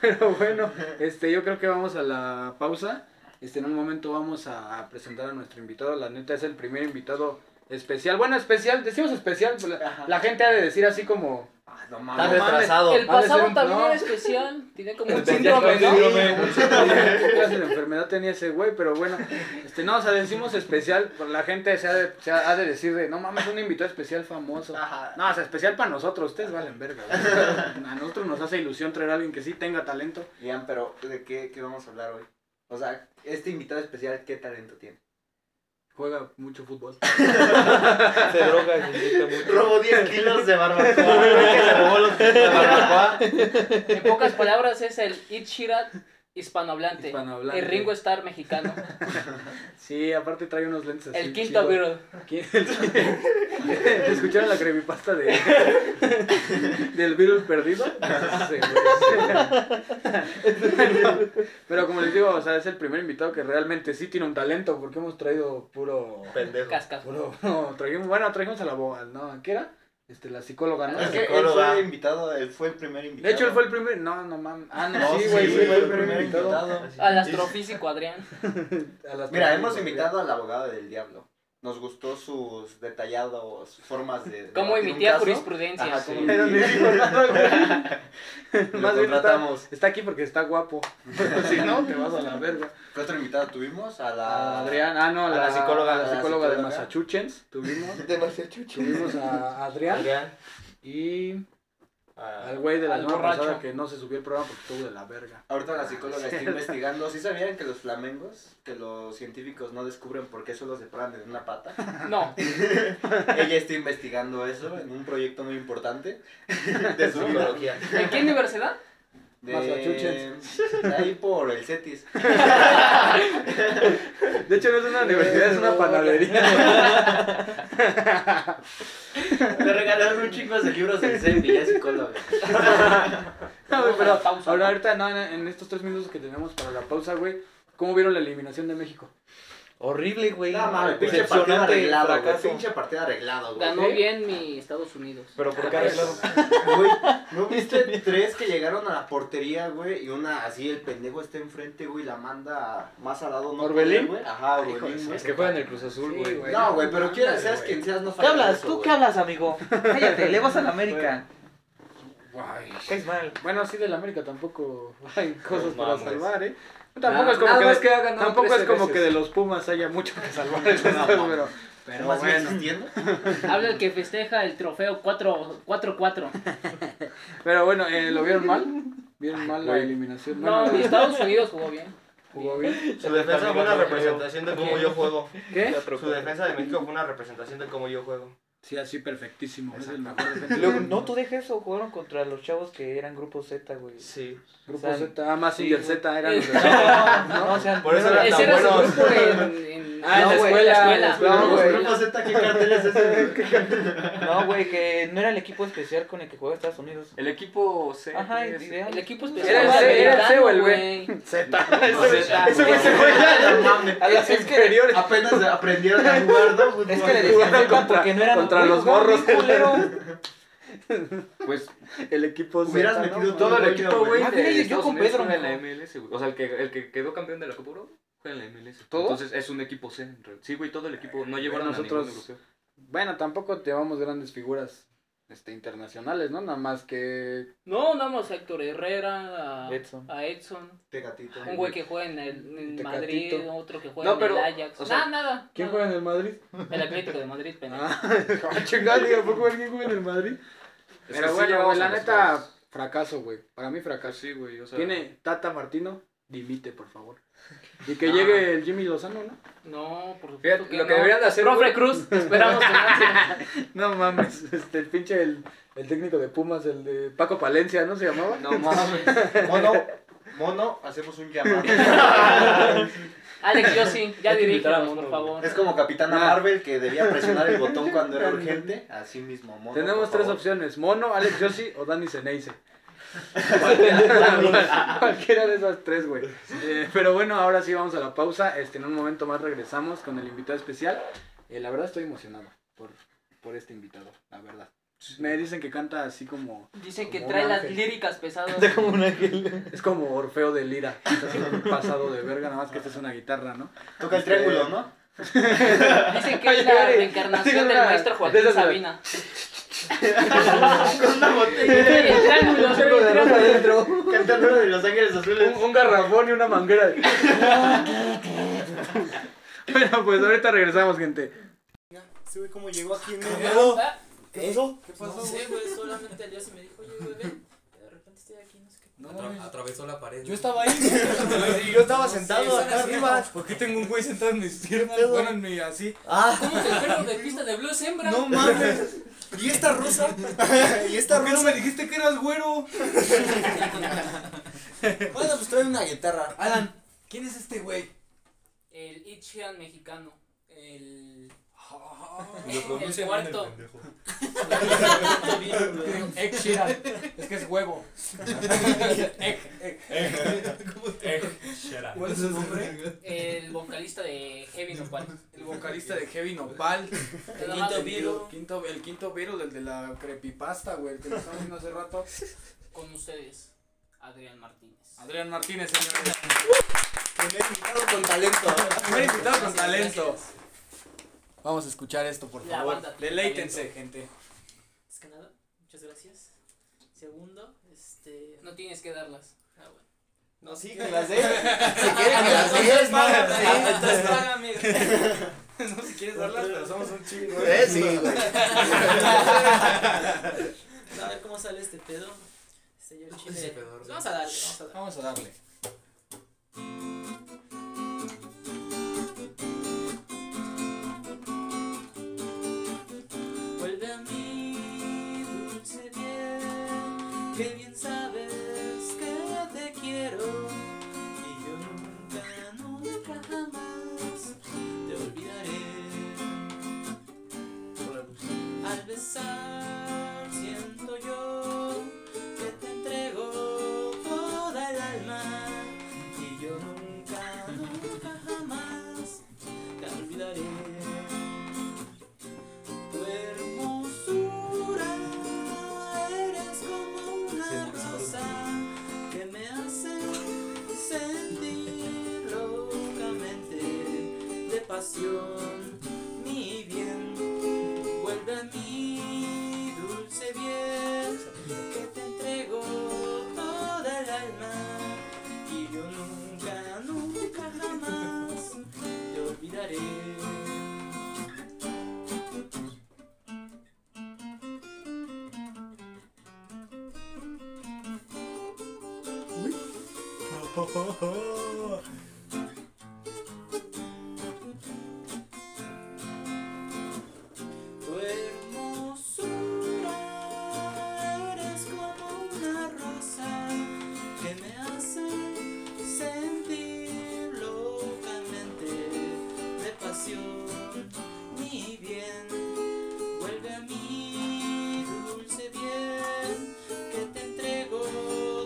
[SPEAKER 2] Pero bueno, este, yo creo que vamos a la pausa. Este, en un momento vamos a a presentar a nuestro invitado. La neta es el primer invitado especial. Bueno, especial, decimos especial. pues, La, la gente ha de decir así como.
[SPEAKER 3] Ah, no mames.
[SPEAKER 2] Estás
[SPEAKER 4] retrasado. El
[SPEAKER 2] Ha de ser
[SPEAKER 4] pasado
[SPEAKER 2] un-
[SPEAKER 4] también
[SPEAKER 2] no.
[SPEAKER 4] era especial. Tiene como un
[SPEAKER 2] síndrome,
[SPEAKER 4] síndrome,
[SPEAKER 2] ¿no?
[SPEAKER 4] ¿no?
[SPEAKER 2] ¿Qué clase de enfermedad tenía ese güey? Pero bueno, este, no, o sea, decimos especial, pues, la gente se ha de, se ha ha de decir de, no mames, un invitado especial famoso.
[SPEAKER 3] Ajá.
[SPEAKER 2] No, o sea, especial para nosotros, ustedes valen verga. güey. A nosotros nos hace ilusión traer a alguien que sí tenga talento.
[SPEAKER 3] Ian, pero ¿de qué, qué vamos a hablar hoy? O sea, este invitado especial, ¿qué talento tiene?
[SPEAKER 2] Juega mucho fútbol.
[SPEAKER 7] Se droga, se inyecta mucho.
[SPEAKER 8] Robó 10 kilos de barbacoa. Creo que se robó los kilos de barbacoa.
[SPEAKER 4] En pocas palabras es el Ed Sheeran hispanohablante.
[SPEAKER 2] Hispanohablante.
[SPEAKER 4] El Ringo Starr mexicano.
[SPEAKER 2] Sí, aparte trae unos lentes así.
[SPEAKER 4] el
[SPEAKER 2] chidos.
[SPEAKER 4] quinto Beatle.
[SPEAKER 2] ¿Quién- ¿Escucharon la creepypasta de del virus perdido? Sí, güey. Pero como les digo, o sea, es el primer invitado que realmente sí tiene un talento, porque hemos traído puro
[SPEAKER 8] Pendejo.
[SPEAKER 4] Cascas.
[SPEAKER 2] puro no, trajimos, bueno, trajimos a la boga, ¿no? ¿Qué era? Este, la psicóloga, ¿no?
[SPEAKER 3] Ah, Es que él
[SPEAKER 8] psicóloga.
[SPEAKER 3] fue el invitado, él fue el primer invitado.
[SPEAKER 2] De hecho él fue el primer, no, no mames. Ah, no,
[SPEAKER 3] No,
[SPEAKER 2] sí, güey, sí, fue el primer invitado.
[SPEAKER 3] invitado.
[SPEAKER 4] Al astrofísico Adrián.
[SPEAKER 2] A las
[SPEAKER 3] Mira,
[SPEAKER 2] tres,
[SPEAKER 3] hemos
[SPEAKER 2] güey.
[SPEAKER 3] invitado al abogado del diablo. Nos gustó sus detallados formas de. de
[SPEAKER 4] ¿Cómo
[SPEAKER 3] debatir un
[SPEAKER 4] emitía
[SPEAKER 3] caso.
[SPEAKER 4] jurisprudencia?
[SPEAKER 3] Ajá, cómo
[SPEAKER 4] Sí.
[SPEAKER 2] Pero ni dijo nada, güey.
[SPEAKER 3] Lo
[SPEAKER 2] Más bien está,
[SPEAKER 3] contratamos.
[SPEAKER 2] está aquí porque está guapo. si no, te vas a la verga.
[SPEAKER 3] ¿Qué otro invitado tuvimos? A la.
[SPEAKER 2] A Adrián, ah, no, a
[SPEAKER 3] a
[SPEAKER 2] la,
[SPEAKER 3] la psicóloga-
[SPEAKER 2] a la
[SPEAKER 3] a la
[SPEAKER 2] psicóloga de
[SPEAKER 3] psicóloga.
[SPEAKER 2] Massachusetts. Tuvimos,
[SPEAKER 7] Demasiado chucho.
[SPEAKER 2] tuvimos a Adrián
[SPEAKER 8] Adrián.
[SPEAKER 2] y
[SPEAKER 8] Ah,
[SPEAKER 2] al güey de la
[SPEAKER 4] Al
[SPEAKER 2] semana
[SPEAKER 4] borracho.
[SPEAKER 2] pasada que no se subió el programa porque estuvo de la verga.
[SPEAKER 3] Ahorita la psicóloga está investigando. ¿Sí sabían que los flamengos, que los científicos no descubren por qué solo se paran en una pata?
[SPEAKER 4] No,
[SPEAKER 3] Ella está investigando eso en un proyecto muy importante
[SPEAKER 8] de su biología.
[SPEAKER 4] ¿en qué universidad?
[SPEAKER 3] de
[SPEAKER 2] Massachusetts.
[SPEAKER 3] de ahí por el CETIS.
[SPEAKER 2] De hecho, no es una universidad, es una panadería.
[SPEAKER 8] Le regalaron un chingo de libros del CEP y ya es psicólogo.
[SPEAKER 2] No, güey, pero
[SPEAKER 4] Pausa.
[SPEAKER 2] ahora, ahorita, no, en, en estos tres minutos que tenemos para la pausa, güey, ¿cómo vieron la eliminación de México?
[SPEAKER 7] Horrible, güey.
[SPEAKER 3] No mames, pinche partido
[SPEAKER 7] Decepcionante
[SPEAKER 3] arreglado, güey.
[SPEAKER 7] fracaso.
[SPEAKER 3] Pinche partido arreglado, güey.
[SPEAKER 4] Ganó bien mi Estados Unidos.
[SPEAKER 7] Pero por qué arreglado.
[SPEAKER 3] Güey, ¿no viste tres que llegaron a la portería, güey? Y una así, el pendejo está enfrente, güey, la manda más al lado. ¿no?
[SPEAKER 2] ¿Orbelín?
[SPEAKER 3] güey. Ajá,
[SPEAKER 2] Hijo de
[SPEAKER 3] Orbelín,
[SPEAKER 2] su-
[SPEAKER 3] güey.
[SPEAKER 5] Es que juegan el Cruz Azul,
[SPEAKER 2] Sí,
[SPEAKER 5] güey.
[SPEAKER 2] güey.
[SPEAKER 3] No, güey, pero
[SPEAKER 2] No
[SPEAKER 3] quiera,
[SPEAKER 2] mames,
[SPEAKER 3] seas
[SPEAKER 2] güey.
[SPEAKER 3] quien seas, no
[SPEAKER 7] ¿Qué
[SPEAKER 3] falla
[SPEAKER 7] hablas?
[SPEAKER 3] eso,
[SPEAKER 7] ¿Tú
[SPEAKER 3] güey.
[SPEAKER 7] qué hablas, amigo? Cállate, le vas a la América.
[SPEAKER 2] Guay.
[SPEAKER 7] Caes mal.
[SPEAKER 2] Bueno, sí, del América tampoco hay cosas para
[SPEAKER 5] mames.
[SPEAKER 2] salvar, ¿eh? Tampoco es como,
[SPEAKER 6] nada
[SPEAKER 2] que,
[SPEAKER 6] más
[SPEAKER 2] de-
[SPEAKER 6] que ha ganado
[SPEAKER 2] tampoco es
[SPEAKER 6] 13
[SPEAKER 2] como que
[SPEAKER 6] veces.
[SPEAKER 2] de los Pumas haya mucho que salvar. este pero pero
[SPEAKER 3] ¿Más bien
[SPEAKER 2] bueno.
[SPEAKER 3] existiendo?
[SPEAKER 4] Habla el que festeja el trofeo 4-4.
[SPEAKER 2] Pero bueno, eh, ¿lo vieron mal? ¿Vieron mal la
[SPEAKER 5] güey.
[SPEAKER 2] eliminación?
[SPEAKER 4] No,
[SPEAKER 2] Bueno,
[SPEAKER 4] mi
[SPEAKER 2] la-
[SPEAKER 4] Estados Unidos jugó bien.
[SPEAKER 2] ¿Jugó bien?
[SPEAKER 8] Su defensa fue una representación de cómo yo juego.
[SPEAKER 2] ¿Qué?
[SPEAKER 8] Su defensa de México fue una representación de cómo yo juego.
[SPEAKER 2] Sí, así perfectísimo. Es el
[SPEAKER 8] Exacto.
[SPEAKER 2] mejor
[SPEAKER 7] Y
[SPEAKER 2] defensa.
[SPEAKER 7] luego, no, tú dejes eso. Jugaron contra los chavos que eran grupo Z, güey.
[SPEAKER 8] Sí.
[SPEAKER 2] Grupo Z, ah, más y el Z eran
[SPEAKER 4] Eh,
[SPEAKER 2] los de-
[SPEAKER 7] No, o sea,
[SPEAKER 8] Por eso
[SPEAKER 7] no,
[SPEAKER 8] eran
[SPEAKER 4] Ese
[SPEAKER 8] tan
[SPEAKER 4] era su
[SPEAKER 8] buenos.
[SPEAKER 4] grupo en, en-
[SPEAKER 2] Ah, en
[SPEAKER 4] no,
[SPEAKER 2] la
[SPEAKER 4] güey,
[SPEAKER 2] escuela, en la escuela.
[SPEAKER 4] la escuela.
[SPEAKER 2] No, güey.
[SPEAKER 8] Grupo Z, ¿qué cartel es ese?
[SPEAKER 7] No, güey, que no era el equipo especial con el que jugaba Estados Unidos.
[SPEAKER 6] El equipo C.
[SPEAKER 7] Ajá, y- y
[SPEAKER 6] ese.
[SPEAKER 4] El
[SPEAKER 7] de-
[SPEAKER 4] equipo
[SPEAKER 2] Era
[SPEAKER 4] especial.
[SPEAKER 2] el C- era el C o el B.
[SPEAKER 4] americano,
[SPEAKER 2] Ese güey se fue ya no mames, a las
[SPEAKER 7] Es que-
[SPEAKER 2] inferiores.
[SPEAKER 3] Apenas aprendieron a jugar, ¿no? Fútbol.
[SPEAKER 7] Es que le
[SPEAKER 2] Jugaron
[SPEAKER 7] decían Zepa
[SPEAKER 2] contra-
[SPEAKER 7] porque no eran
[SPEAKER 2] contra
[SPEAKER 7] güey,
[SPEAKER 2] los
[SPEAKER 7] jugaban
[SPEAKER 2] morros.
[SPEAKER 7] bien culero.
[SPEAKER 5] Pues,
[SPEAKER 2] El equipo Z.
[SPEAKER 3] Hubieras
[SPEAKER 2] ¿no?
[SPEAKER 3] metido
[SPEAKER 5] todo
[SPEAKER 3] Bueno,
[SPEAKER 5] el equipo, güey.
[SPEAKER 7] Ah,
[SPEAKER 5] de
[SPEAKER 7] fíjate, yo
[SPEAKER 5] Estados
[SPEAKER 7] con
[SPEAKER 5] Unidos
[SPEAKER 7] Pedro,
[SPEAKER 5] juega en la
[SPEAKER 7] mijo.
[SPEAKER 5] MLS, güey. O sea, el que, el que quedó campeón de la Copa Oro juega en la MLS.
[SPEAKER 2] ¿Todo?
[SPEAKER 5] Entonces, es un equipo C. en realidad. Sí, güey, todo el equipo. No llevaron
[SPEAKER 2] nosotros-
[SPEAKER 5] a ningún europeo.
[SPEAKER 2] Bueno, tampoco llevamos grandes figuras este, internacionales, ¿no? Nada más que.
[SPEAKER 4] No, no, vamos a Héctor Herrera, a
[SPEAKER 7] Edson.
[SPEAKER 4] a Edson,
[SPEAKER 3] Pegatito.
[SPEAKER 4] un güey que juega en el en
[SPEAKER 2] Tecatito.
[SPEAKER 4] Madrid, otro que juega
[SPEAKER 5] No, pero,
[SPEAKER 4] en el Ajax.
[SPEAKER 5] o sea,
[SPEAKER 4] nada, nada.
[SPEAKER 2] ¿Quién
[SPEAKER 4] nada.
[SPEAKER 2] juega en el Madrid?
[SPEAKER 4] El Atlético de Madrid, pendejo.
[SPEAKER 2] Ah, chingada, diga, ¿por qué alguien juega en el Madrid?
[SPEAKER 5] Es
[SPEAKER 2] Pero
[SPEAKER 5] que sí
[SPEAKER 2] bueno,
[SPEAKER 5] llevamos
[SPEAKER 2] güey, la
[SPEAKER 5] a los
[SPEAKER 2] neta,
[SPEAKER 5] dos.
[SPEAKER 2] fracaso, güey. Para mí,
[SPEAKER 5] Pues
[SPEAKER 2] fracaso.
[SPEAKER 5] sí, güey. O sea,
[SPEAKER 2] Tiene Tata Martino, dimite, por favor. Y que llegue el Jimmy Lozano, ¿no?
[SPEAKER 4] No, por supuesto
[SPEAKER 5] Fíjate,
[SPEAKER 4] que
[SPEAKER 5] lo
[SPEAKER 4] no.
[SPEAKER 5] que deberían de hacer,
[SPEAKER 4] Profe
[SPEAKER 5] güey.
[SPEAKER 4] Cruz, te esperamos con ansia.
[SPEAKER 2] No mames, este, el pinche, el, el técnico de Pumas, el de Paco Palencia, ¿no se llamaba?
[SPEAKER 5] No mames.
[SPEAKER 3] Mono, mono, hacemos un llamado.
[SPEAKER 4] Alex, yo sí, ya
[SPEAKER 6] Hay que
[SPEAKER 4] dirígenos,
[SPEAKER 6] invitar a
[SPEAKER 4] por
[SPEAKER 6] Mono,
[SPEAKER 4] favor.
[SPEAKER 3] Es como Capitana
[SPEAKER 2] Ah.
[SPEAKER 3] Marvel que debía presionar el botón cuando era urgente. Así mismo, mono.
[SPEAKER 2] Tenemos
[SPEAKER 3] por
[SPEAKER 2] tres
[SPEAKER 3] favor.
[SPEAKER 2] opciones, Mono, Alex Yossi o Dani Zeneise. Cualquiera cualquiera de esas tres, güey. Eh, pero bueno, ahora sí vamos a la pausa. Este, en un momento más regresamos con el invitado especial. Eh, la verdad estoy emocionado por, por este invitado, la verdad.
[SPEAKER 9] Me dicen que canta así como.
[SPEAKER 6] Dicen que
[SPEAKER 9] Como un
[SPEAKER 6] trae las
[SPEAKER 9] ángel.
[SPEAKER 6] líricas pesadas.
[SPEAKER 11] como un ángel.
[SPEAKER 9] Es como Orfeo de Lira. Está así pasado de verga, nada más que esta es una guitarra, ¿no?
[SPEAKER 3] Toca el triángulo, ¿no?
[SPEAKER 6] Dicen que es la
[SPEAKER 9] Oye,
[SPEAKER 6] reencarnación
[SPEAKER 9] oye,
[SPEAKER 6] del
[SPEAKER 9] una-
[SPEAKER 6] maestro
[SPEAKER 9] de
[SPEAKER 6] Joaquín
[SPEAKER 9] esas de-
[SPEAKER 6] Sabina.
[SPEAKER 3] Con una botella.
[SPEAKER 6] El triángulo,
[SPEAKER 9] Algo de rosa adentro.
[SPEAKER 3] Cantando de Los Ángeles Azules.
[SPEAKER 9] Un, un garrafón y una manguera. bueno, pues ahorita regresamos, gente.
[SPEAKER 8] Ese güey cómo llegó aquí en ¿Qué pasó? ¿Qué pasó?
[SPEAKER 2] Sí, güey, solamente el día se me dijo, oye, güey, ven, de repente estoy aquí, no sé qué.
[SPEAKER 8] No, mames.
[SPEAKER 2] atravesó la pared.
[SPEAKER 8] Yo estaba ahí. güey. Yo estaba sentado acá arriba.
[SPEAKER 2] ¿Por qué tengo un güey sentado en mis piernas?
[SPEAKER 8] pedo?
[SPEAKER 2] Bueno, en mi así.
[SPEAKER 8] Ah,
[SPEAKER 2] ¿Cómo que el perro de pista de blues hembra?
[SPEAKER 8] no mames. ¿Y esta rosa? ¿Y esta
[SPEAKER 2] ¿Por qué no
[SPEAKER 8] rosa?
[SPEAKER 2] me dijiste que eras güero?
[SPEAKER 8] Bueno, pues trae una guitarra. Alan, ¿quién es este güey?
[SPEAKER 6] El Itchian mexicano. El.
[SPEAKER 2] Lo pronuncia bien
[SPEAKER 6] cuarto.
[SPEAKER 2] pendejo. Egg Sheeran. Es que es huevo. Egg, egg. Egg Sheeran.
[SPEAKER 8] ¿Cuál es su nombre?
[SPEAKER 6] El vocalista de Heavy Nopal.
[SPEAKER 2] El vocalista de Heavy Nopal.
[SPEAKER 6] El quinto Beatle.
[SPEAKER 2] Quinto- el quinto Beatle, el de la creepypasta, güey, el que lo estamos viendo hace rato.
[SPEAKER 6] Con ustedes, Adrián Martínez.
[SPEAKER 2] Adrián Martínez, señores.
[SPEAKER 8] Primer invitado con talento.
[SPEAKER 2] Primer invitado con talento.
[SPEAKER 6] Gracias.
[SPEAKER 2] Vamos a escuchar esto, por
[SPEAKER 6] La
[SPEAKER 2] favor.
[SPEAKER 6] banda tiene
[SPEAKER 2] Deleítense, gente.
[SPEAKER 6] Es que nada, muchas gracias. Segundo, este. No tienes que darlas. Ah, bueno.
[SPEAKER 8] No, sí, que las de. Si quieren que las
[SPEAKER 2] Entonces,
[SPEAKER 8] de.
[SPEAKER 2] págame,
[SPEAKER 8] Sí.
[SPEAKER 2] entonces págame. No si quieres darlas, pero somos un chingo.
[SPEAKER 3] Eh, sí, güey.
[SPEAKER 2] A ver cómo sale este pedo.
[SPEAKER 6] Este, yo chile. Pues vamos a darle, vamos a darle.
[SPEAKER 2] Vamos a darle.
[SPEAKER 6] Vuelve a mí, dulce bien, que bien sabes que te quiero. Y yo nunca, nunca jamás te olvidaré. Al besar siento yo que te entrego toda el alma. Y yo nunca, nunca jamás te olvidaré tu hermosura eres como una rosa que me hace sentir locamente de pasión mi bien vuelve a mí dulce bien que te entrego toda el alma y yo nunca nunca jamás te olvidaré Tu hermosura eres como una rosa que me hace sentir locamente de pasión. Mi bien, vuelve a mí, dulce bien, que te entrego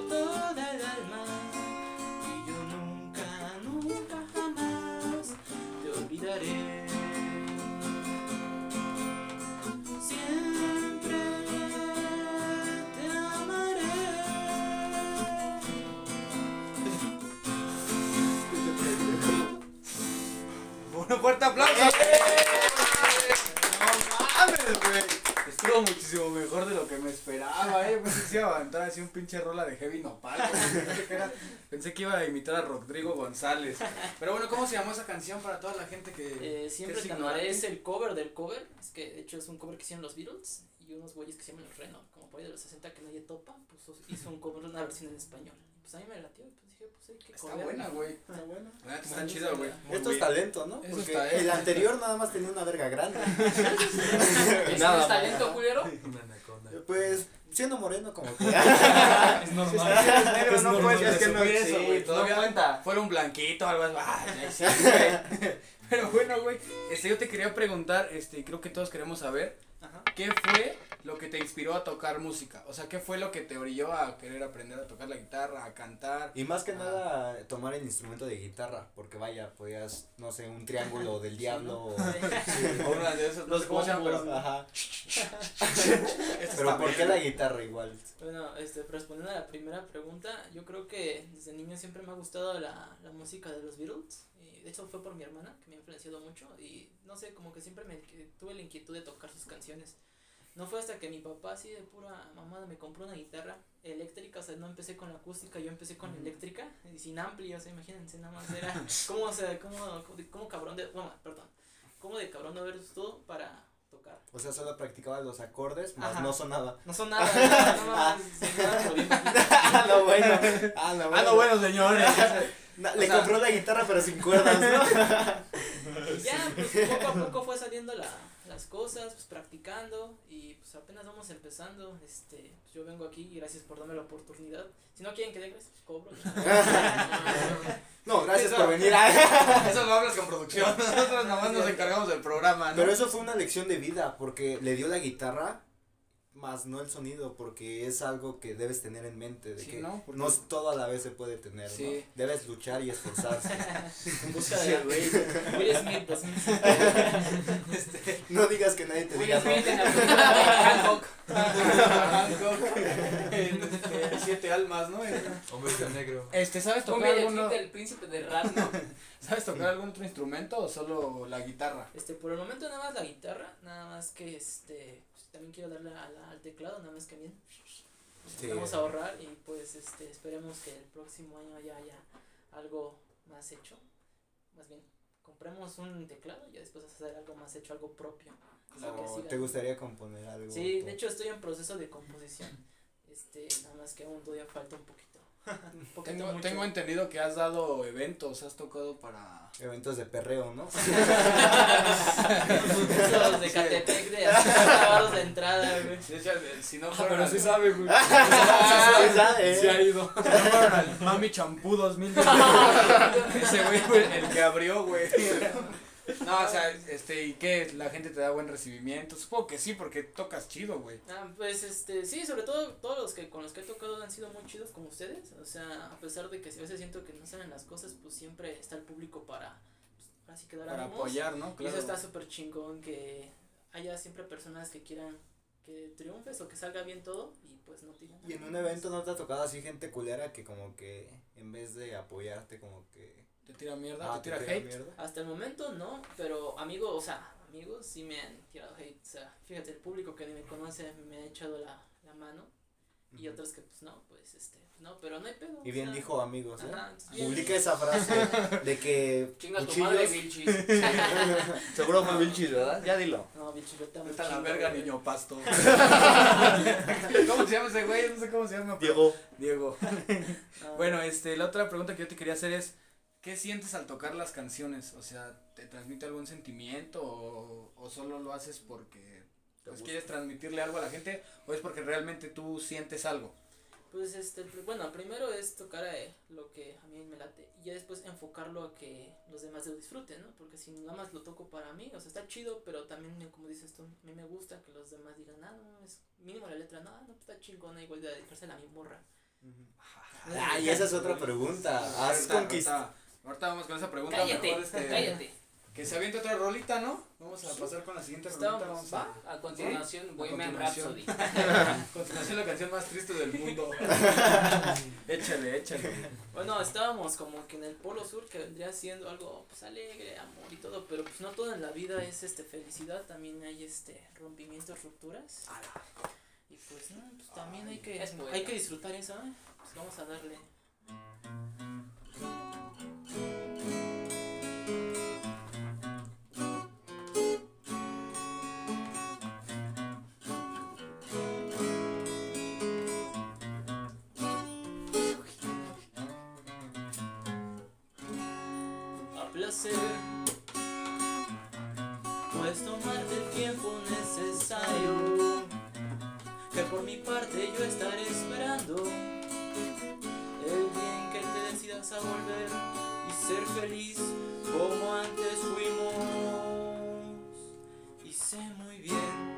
[SPEAKER 6] toda el alma. Y yo nunca, nunca jamás te olvidaré. Siempre te amaré.
[SPEAKER 2] Un fuerte aplauso. No mames, güey. Estuvo muchísimo mejor de lo que me esperaba, eh. Pensé que se iba a aventar así un pinche rola de heavy nopal. güey. Pensé que era- Pensé que iba a imitar a Rodrigo González. Pero bueno, ¿cómo se llamó esa canción para toda la gente que.?
[SPEAKER 6] Eh, siempre te
[SPEAKER 2] ¿Qué signo
[SPEAKER 6] amaré
[SPEAKER 2] eres?
[SPEAKER 6] es el cover del cover. Es que de hecho es un cover que hicieron los Beatles y unos güeyes que se llaman los Reno. Como por ahí de los 60 que nadie topa, pues os- hizo un cover, una versión en español. Pues a mí me latió y pues dije, pues hay que
[SPEAKER 2] Está buena, güey.
[SPEAKER 8] Está bueno.
[SPEAKER 2] La neta Está chida, güey.
[SPEAKER 8] Esto es talento, ¿no?
[SPEAKER 2] Eso
[SPEAKER 8] Porque
[SPEAKER 2] está, eh.
[SPEAKER 8] el anterior nada más tenía una verga grande.
[SPEAKER 6] ¿Es
[SPEAKER 8] Nada
[SPEAKER 6] un
[SPEAKER 8] más.
[SPEAKER 6] talento, culero?
[SPEAKER 8] Pues, siendo moreno como que.
[SPEAKER 2] Es normal. Es negro, no puedes
[SPEAKER 8] normal
[SPEAKER 2] presumir
[SPEAKER 8] presumir
[SPEAKER 2] eso,
[SPEAKER 8] sí,
[SPEAKER 2] güey.
[SPEAKER 8] todo
[SPEAKER 2] Todavía
[SPEAKER 8] cuenta.
[SPEAKER 2] Fuera un blanquito, algo así. Ah, ya sé, güey. Pero bueno, güey. Este, yo te quería preguntar, este, y creo que todos queremos saber, ¿qué fue lo que te inspiró a tocar música? O sea, ¿qué fue lo que te orilló a querer aprender a tocar la guitarra, a cantar?
[SPEAKER 8] Y más que nada, tomar el instrumento de guitarra. Porque vaya, podías, no sé, un triángulo del diablo. o-
[SPEAKER 2] O una de esas, no sé cómo se llama, pero.
[SPEAKER 8] Ajá.
[SPEAKER 3] Pero ¿por qué la guitarra igual?
[SPEAKER 4] Bueno, este, respondiendo a la primera pregunta, yo creo que desde niño siempre me ha gustado la, la música de los Beatles. Y de hecho fue por mi hermana que me ha influenciado mucho y no sé, como que siempre me que tuve la inquietud de tocar sus canciones. No fue hasta que mi papá así de pura mamada me compró una guitarra eléctrica, o sea, no empecé con la acústica, yo empecé con la eléctrica y sin amplios, o sea, imagínense, nada más era como, o sea, como, como cabrón de, bueno, perdón, como de cabrón de haber todo para tocar.
[SPEAKER 3] O sea, solo practicaba los acordes, más
[SPEAKER 4] Ajá.
[SPEAKER 3] no sonaba.
[SPEAKER 4] No son nada, no, no,
[SPEAKER 3] Ah.
[SPEAKER 4] mames, se quedaron por bien poquito.
[SPEAKER 3] Ah, no, bueno. Ah, no, bueno.
[SPEAKER 2] Ah, no, bueno, señores.
[SPEAKER 3] Na- le compró la guitarra, pero sin cuerdas, ¿no?
[SPEAKER 4] Y ya, pues poco a poco fue saliendo la, las cosas, pues practicando y pues apenas vamos empezando. Este, pues, yo vengo aquí y gracias por darme la oportunidad. Si no quieren que dé gracias, pues cobro.
[SPEAKER 3] No, gracias
[SPEAKER 2] Eso-
[SPEAKER 3] por venir.
[SPEAKER 2] Eso lo hablas con producción. Nosotros nomás nos encargamos del programa, Ah, ¿no?
[SPEAKER 3] Pero eso fue una lección de vida, porque Eh, le dio la guitarra, más no el sonido, porque es algo que debes tener en mente, de
[SPEAKER 2] Sí,
[SPEAKER 3] que
[SPEAKER 2] ¿no?
[SPEAKER 3] ¿no?
[SPEAKER 2] Porque-
[SPEAKER 3] es todo a la vez se puede tener, ¿no?
[SPEAKER 2] Sí.
[SPEAKER 3] Debes luchar y esforzarse.
[SPEAKER 4] en busca de la güey. Will Smith pues, 2005.
[SPEAKER 3] Este, no digas que nadie te
[SPEAKER 4] Will
[SPEAKER 3] diga no.
[SPEAKER 4] Smith en la película de Hancock.
[SPEAKER 2] Hancock, en, este, siete almas, ¿no?
[SPEAKER 12] Hombre negro.
[SPEAKER 2] Este, ¿sabes
[SPEAKER 4] Un
[SPEAKER 2] tocar
[SPEAKER 4] videoclip
[SPEAKER 2] alguno,
[SPEAKER 4] del príncipe de Ram, ¿no?
[SPEAKER 2] ¿sabes tocar algún otro instrumento o solo la guitarra?
[SPEAKER 4] Este, por el momento nada más la guitarra, nada más que este, pues, también quiero darle a la- al teclado, nada más que bien.
[SPEAKER 3] Sí.
[SPEAKER 4] Vamos a ahorrar y pues este, esperemos que el próximo año ya haya algo más hecho. Más bien, compremos un teclado y ya después hacer algo más hecho, algo propio. Así que
[SPEAKER 3] O
[SPEAKER 4] siga.
[SPEAKER 3] ¿Te gustaría componer algo?
[SPEAKER 4] Sí,
[SPEAKER 3] tú?
[SPEAKER 4] de hecho estoy en proceso de composición. Este, nada más que aún todavía falta un poquito. Un poquito
[SPEAKER 2] Tengo,
[SPEAKER 4] mucho.
[SPEAKER 2] tengo entendido que has dado eventos, has tocado para...
[SPEAKER 3] Eventos de perreo, ¿no?
[SPEAKER 4] Esos de Catepec de así, grabados de entrada, güey.
[SPEAKER 2] Si no
[SPEAKER 12] Pero sí sabe, güey.
[SPEAKER 2] Se ha ido. Fueron al Mami Champú 2010. Ese güey fue el que abrió, güey. No, o sea, este, ¿y qué? ¿La gente te da buen recibimiento? Supongo que sí, porque tocas chido, güey.
[SPEAKER 4] Ah, pues este, sí, sobre todo todos los que con los que he tocado han sido muy chidos como ustedes. O sea, a pesar de que a veces siento que no saben las cosas, pues siempre está el público para pues, así quedar
[SPEAKER 2] Para apoyar, ¿no?
[SPEAKER 4] Y eso está súper chingón que haya siempre personas que quieran que triunfes o que salga bien todo y pues no tienen.
[SPEAKER 3] Y en un evento no te ha tocado así gente culera que como que en vez de apoyarte como que...
[SPEAKER 2] Te tira mierda,
[SPEAKER 3] ah,
[SPEAKER 2] te tira hate.
[SPEAKER 3] mierda.
[SPEAKER 4] Hasta el momento no, pero amigos, o sea, amigos sí me han tirado hate. O sea, fíjate, el público que ni me conoce me ha echado la, la mano y
[SPEAKER 3] Ujú.
[SPEAKER 4] otros que pues no, pues este, no, pero no hay pedo.
[SPEAKER 3] Y
[SPEAKER 4] o
[SPEAKER 3] bien
[SPEAKER 4] sea,
[SPEAKER 3] dijo amigos, ¿eh?
[SPEAKER 4] ajá, entonces, bien.
[SPEAKER 3] Publica esa frase de que
[SPEAKER 4] Chinga tu
[SPEAKER 3] cuchillos-
[SPEAKER 4] madre, Vilchis.
[SPEAKER 13] Seguro fue Vilchis, ¿verdad? Ya dilo.
[SPEAKER 4] No, Vilchis, yo te amo.
[SPEAKER 2] Está la
[SPEAKER 4] chingo,
[SPEAKER 2] verga,
[SPEAKER 4] güey.
[SPEAKER 2] niño pasto. ¿Cómo se llama ese güey? No sé cómo se llama. pero-
[SPEAKER 3] Diego.
[SPEAKER 2] Diego. Ah.
[SPEAKER 4] No.
[SPEAKER 2] Bueno, este, la otra pregunta que yo te quería hacer es, ¿qué sientes al tocar las canciones? O sea, ¿te transmite algún sentimiento o, o solo lo haces porque pues, quieres transmitirle algo a la gente o es porque realmente tú sientes algo?
[SPEAKER 4] Pues este, pr- bueno, primero es tocar eh, lo que a mí me late y ya después enfocarlo a que los demás lo disfruten, ¿no? Porque si nada más lo toco para mí, o sea, está chido, pero también, eh, como dices tú, a mí me gusta que los demás digan, ah, no, es mínimo la letra, no, ah, no, está chingona, igual de dedicársela a mi morra.
[SPEAKER 3] Ah, y esa es otra pregunta. Has
[SPEAKER 2] Ahorita-
[SPEAKER 3] conquistado.
[SPEAKER 2] Ahorita, ahorita vamos con esa pregunta.
[SPEAKER 4] Cállate,
[SPEAKER 2] mejor, este,
[SPEAKER 4] cállate.
[SPEAKER 2] Que se aviente otra rolita, ¿no? Vamos a pasar con la siguiente rolita.
[SPEAKER 4] Estábamos,
[SPEAKER 2] Vamos a...
[SPEAKER 4] va, a continuación, Bohemian
[SPEAKER 2] continuación.
[SPEAKER 4] Rhapsody.
[SPEAKER 2] a continuación la canción más triste del mundo. échale, échale.
[SPEAKER 4] Bueno, estábamos como que en el polo sur que vendría siendo algo pues alegre, amor y todo, pero pues no todo en la vida es este felicidad, también hay este rompimientos, rupturas. Y pues no, pues también hay que
[SPEAKER 12] Es buena.
[SPEAKER 4] hay que disfrutar eso, ¿eh? Pues vamos a darle. a placer. Puedes tomarte el tiempo necesario, que por mi parte yo estaré esperando el día en que te decidas a volver y ser feliz como antes fuimos. Y sé muy bien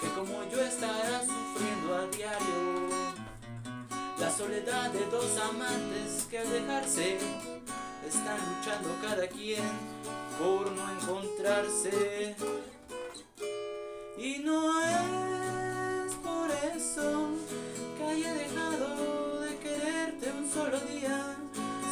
[SPEAKER 4] que como yo estarás sufriendo a diario la soledad de dos amantes que al dejarse están luchando cada quien por no encontrarse. Y no es por eso que haya dejado de quererte un solo día.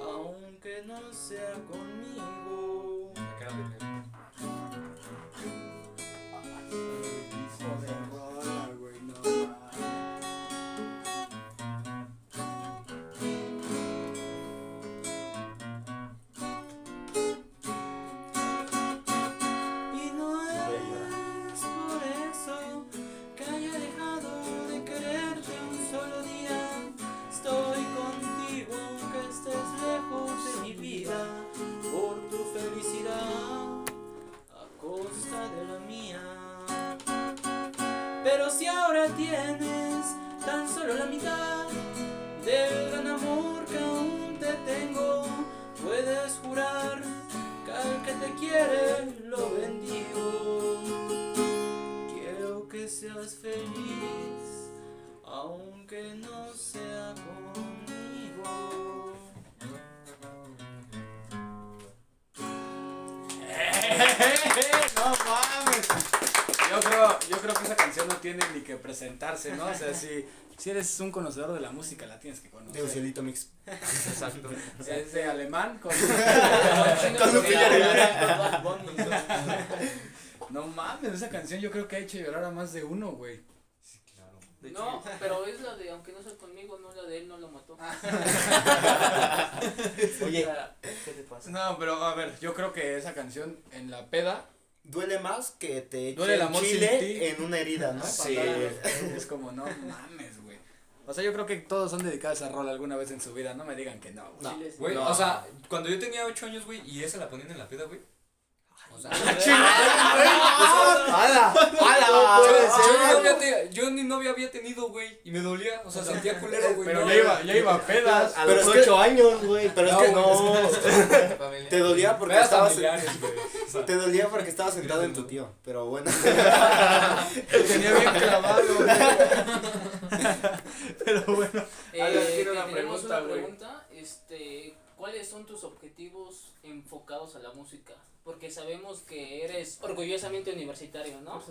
[SPEAKER 4] aunque no sea conmigo. Y no es por eso que haya dejado de quererte un solo día. Estoy contigo aunque estés lejos de mi vida. Por tu felicidad, a costa de la mía. Pero si ahora tienes tan solo la mitad del gran amor que aún te tengo, puedes jurar que al que te quiere lo bendigo. Quiero que seas feliz, aunque no sea conmigo.
[SPEAKER 2] No mames. Yo creo, yo creo que esa canción no tiene ni que presentarse, ¿no? O sea, si, si eres un conocedor de la música, la tienes que conocer.
[SPEAKER 7] Deuselito Mix.
[SPEAKER 2] Exacto. Es de alemán con.
[SPEAKER 7] Con Lupillo
[SPEAKER 2] No mames, esa canción yo creo que ha hecho llorar a más de uno, güey.
[SPEAKER 4] No, pero es la de aunque no sea conmigo, no la de él no lo mató.
[SPEAKER 6] Ah,
[SPEAKER 7] Oye,
[SPEAKER 4] ¿qué te pasa?
[SPEAKER 2] No, pero a ver, yo creo que esa canción en la peda
[SPEAKER 7] Duele más que te eche
[SPEAKER 2] Duele el amor sin ti.
[SPEAKER 7] chile en una herida, ¿no?
[SPEAKER 2] Sí. Es como, no mames, güey. O sea, yo creo que todos han dedicado a esa rola alguna vez en su vida, no me digan que no, güey.
[SPEAKER 7] No.
[SPEAKER 4] Sí, les-
[SPEAKER 14] Güey,
[SPEAKER 7] No.
[SPEAKER 14] o sea, cuando yo tenía 8 años, güey, y esa la ponían en la peda, güey. O sea,
[SPEAKER 7] ¡Hala! Ah, ¡Hala!
[SPEAKER 14] yo, ni novia te- yo ni novia había tenido, güey, y me dolía, o sea, sentía culero, güey.
[SPEAKER 2] Pero
[SPEAKER 14] no,
[SPEAKER 2] ya iba, ya iba a pedas.
[SPEAKER 7] A los ocho años, güey, pero es que no.
[SPEAKER 14] familia.
[SPEAKER 7] Te dolía porque
[SPEAKER 14] Pedas
[SPEAKER 7] estabas
[SPEAKER 14] familiares, güey. O sea,
[SPEAKER 7] te dolía porque estabas sentado en tu tío, pero bueno.
[SPEAKER 2] Lo tenía bien clavado,
[SPEAKER 6] ah,
[SPEAKER 4] Eh,
[SPEAKER 2] Alan, tiene una
[SPEAKER 4] te tenemos
[SPEAKER 2] pregunta,
[SPEAKER 4] una
[SPEAKER 2] güey.
[SPEAKER 4] pregunta, este, ¿cuáles son tus objetivos enfocados a la música? Porque sabemos que eres orgullosamente universitario, ¿no?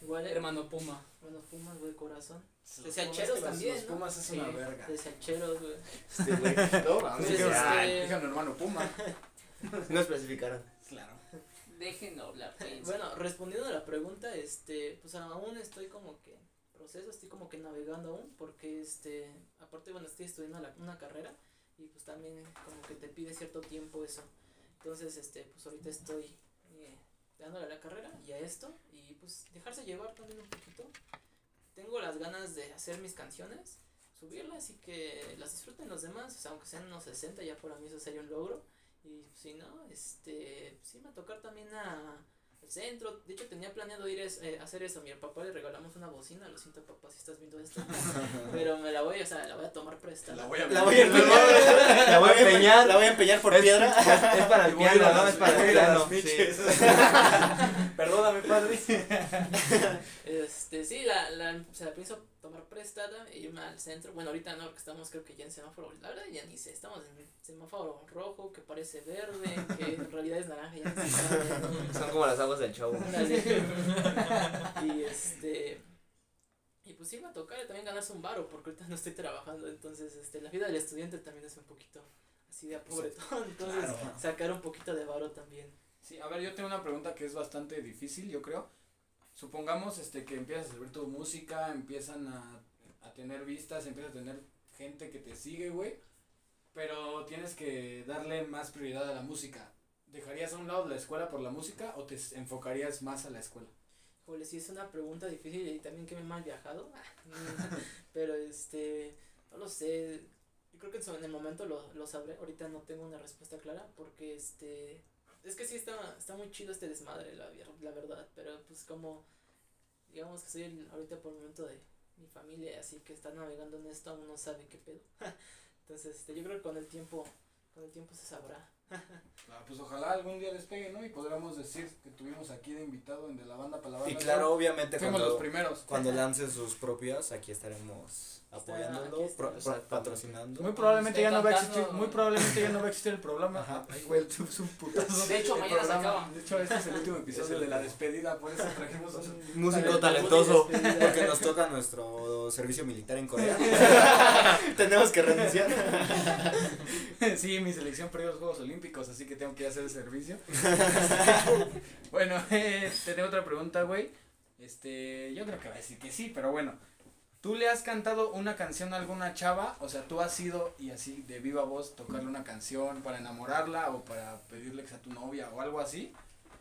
[SPEAKER 4] igual hermano Puma. Hermano Puma, güey, corazón. De Sacheros también,
[SPEAKER 2] Los
[SPEAKER 4] ¿no?
[SPEAKER 2] Pumas es una
[SPEAKER 4] Sí,
[SPEAKER 2] verga.
[SPEAKER 4] De Sacheros, güey.
[SPEAKER 7] Este, güey, no,
[SPEAKER 2] Pues
[SPEAKER 7] mames.
[SPEAKER 2] es que,
[SPEAKER 4] Ay.
[SPEAKER 2] este, Díganlo, hermano Puma.
[SPEAKER 7] No especificaron.
[SPEAKER 2] Claro.
[SPEAKER 4] Déjenlo hablar. pues. Bueno, respondiendo a la pregunta, este, pues aún estoy como que en proceso, estoy como que navegando aún, porque este, aparte bueno, estoy estudiando la- una carrera y pues también como que te pide cierto tiempo eso. Entonces, este, pues ahorita estoy eh, dándole a la carrera y a esto y pues dejarse llevar también un poquito. Tengo las ganas de hacer mis canciones, subirlas y que las disfruten los demás, o sea, aunque sean unos 60, ya para mí eso sería un logro. Y pues, si no, este, sí me va a tocar también a, al centro. De hecho, tenía planeado ir es- eh, hacer eso. A mi papá le regalamos una bocina. Lo siento, papá, si estás viendo esto. pero me la voy, o sea, la voy a tomar prestada.
[SPEAKER 2] La voy a
[SPEAKER 7] La voy a empeñar. La voy a empeñar. La voy a empeñar por piedra.
[SPEAKER 6] Es para el piano, ¿no? Es para el piano.
[SPEAKER 7] Perdóname, padre.
[SPEAKER 4] Este, sí, la, la, se la pienso tomar prestada e irme al centro. Bueno, ahorita no, porque estamos creo que ya en semáforo. La verdad, ya ni sé. Estamos en semáforo rojo, que parece verde, que en realidad es naranja. Ya ni se sabe, ¿no?
[SPEAKER 6] Son como las aguas del chavo.
[SPEAKER 4] y este. Y pues sí, me tocar también ganarse un varo, porque ahorita no estoy trabajando. Entonces, este, la vida del estudiante también es un poquito así de apobretón. Entonces, sacar un poquito de varo también.
[SPEAKER 2] Sí, a ver, yo tengo una pregunta que es bastante difícil, yo creo. Supongamos este, que empiezas a subir tu música, empiezan a, a tener vistas, empiezas a tener gente que te sigue, güey. Pero tienes que darle más prioridad a la música. ¿Dejarías a un lado la escuela por la música o te s- enfocarías más a la escuela?
[SPEAKER 4] Híjole, sí es una pregunta difícil y también que me he mal viajado. Pero este, no lo sé. Yo creo que en su- en el momento lo, lo sabré. Ahorita no tengo una respuesta clara porque este. Es que sí está, está muy chido este desmadre, la, vier- la verdad. Pero pues como. digamos que soy el- ahorita por el momento de mi familia, así que está navegando en esto, aún no sabe qué pedo. Entonces, este, yo creo que con el tiempo, con el tiempo se sabrá.
[SPEAKER 2] Ah, pues ojalá algún día les pegue, ¿no? Y podremos decir que tuvimos aquí de invitado en De la Banda Palabra.
[SPEAKER 6] Y claro, obviamente
[SPEAKER 2] Fuimos
[SPEAKER 6] cuando-
[SPEAKER 2] los primeros.
[SPEAKER 6] Cuando lance sus propias, aquí estaremos apoyándolo,
[SPEAKER 4] Ah, aquí está. Pues,
[SPEAKER 6] pro- pro- patrocinando.
[SPEAKER 9] Muy probablemente ya no va a
[SPEAKER 4] cantando.
[SPEAKER 9] existir, muy probablemente ya no va a existir el programa. Ay, güey, el tubo es un putazo.
[SPEAKER 4] De hecho,
[SPEAKER 9] El
[SPEAKER 4] mañana se
[SPEAKER 9] programa.
[SPEAKER 4] acaba.
[SPEAKER 2] De hecho, este es el último episodio de la despedida, por eso trajimos un
[SPEAKER 6] Músico talentoso, porque nos toca nuestro servicio militar en Corea. Tenemos que renunciar.
[SPEAKER 2] Sí, mi selección perdió los Juegos Olímpicos, así que tengo que hacer el servicio. bueno, eh, te tengo otra pregunta, güey. Este, yo creo que va a decir que sí, pero bueno. ¿Tú le has cantado una canción a alguna chava? O sea, ¿tú has ido y así de viva voz tocarle una canción para enamorarla o para pedirle que sea tu novia o algo así?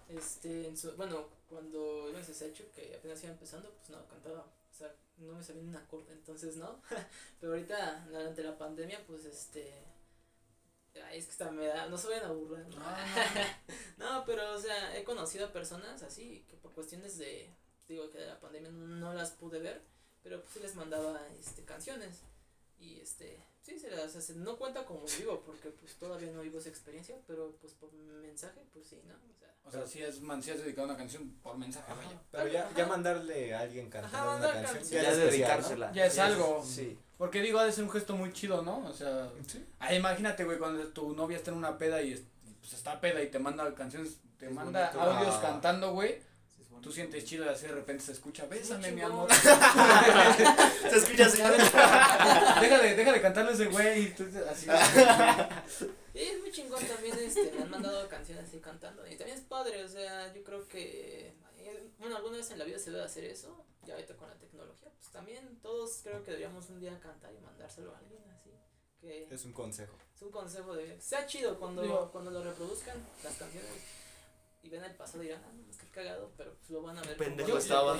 [SPEAKER 4] Este, en su- bueno, cuando iba en sexenio, que apenas iba empezando, pues no, cantaba, o sea, no me sabía ni un acorde, entonces no, pero ahorita, durante la pandemia, pues este, ay, es que está, me da, no se vayan a burlar, ¿no? No, pero, o sea, he conocido a personas así, que por cuestiones de, digo, que de la pandemia no, no las pude ver, pero pues sí les mandaba, este, canciones, y este, sí, se las, o sea, no cuenta como vivo, porque pues todavía no vivo esa experiencia, pero pues por mensaje, pues sí, ¿no? O sea.
[SPEAKER 2] O sea, si es man, si has dedicado una canción por mensaje, vaya.
[SPEAKER 6] Pero ya, ya mandarle a alguien
[SPEAKER 4] Ajá,
[SPEAKER 6] cantando una
[SPEAKER 4] mandar
[SPEAKER 6] canción.
[SPEAKER 4] canción.
[SPEAKER 6] es
[SPEAKER 3] Ya
[SPEAKER 6] especial, ¿no?
[SPEAKER 3] dedicársela.
[SPEAKER 2] Ya es
[SPEAKER 6] Sí,
[SPEAKER 2] algo.
[SPEAKER 6] Sí.
[SPEAKER 2] Porque digo, ha de ser un gesto muy chido, ¿no? O sea, ah, imagínate, güey, cuando tu novia está en una peda y es- pues está peda y te manda canciones, te manda
[SPEAKER 6] bonito.
[SPEAKER 2] audios
[SPEAKER 6] Ah.
[SPEAKER 2] cantando, güey. Tú sientes chido y así de repente se escucha, bésame, mi amor.
[SPEAKER 6] Se escucha
[SPEAKER 2] deja, de, deja de cantarle ese güey y tú así.
[SPEAKER 4] Sí, es muy chingón también, este, me han mandado canciones así cantando, y también es padre, o sea, yo creo que, eh, bueno, alguna vez en la vida se debe hacer eso, ya ahorita con la tecnología, pues también todos creo que deberíamos un día cantar y mandárselo a alguien, así, que
[SPEAKER 6] Es un consejo.
[SPEAKER 4] es un consejo de, sea chido cuando,
[SPEAKER 2] Digo-
[SPEAKER 4] cuando lo reproduzcan, las canciones, y ven el pasado y dirán, ah, no, es que cagado, pero pues lo van a ver. como-
[SPEAKER 15] Pendejo estaba.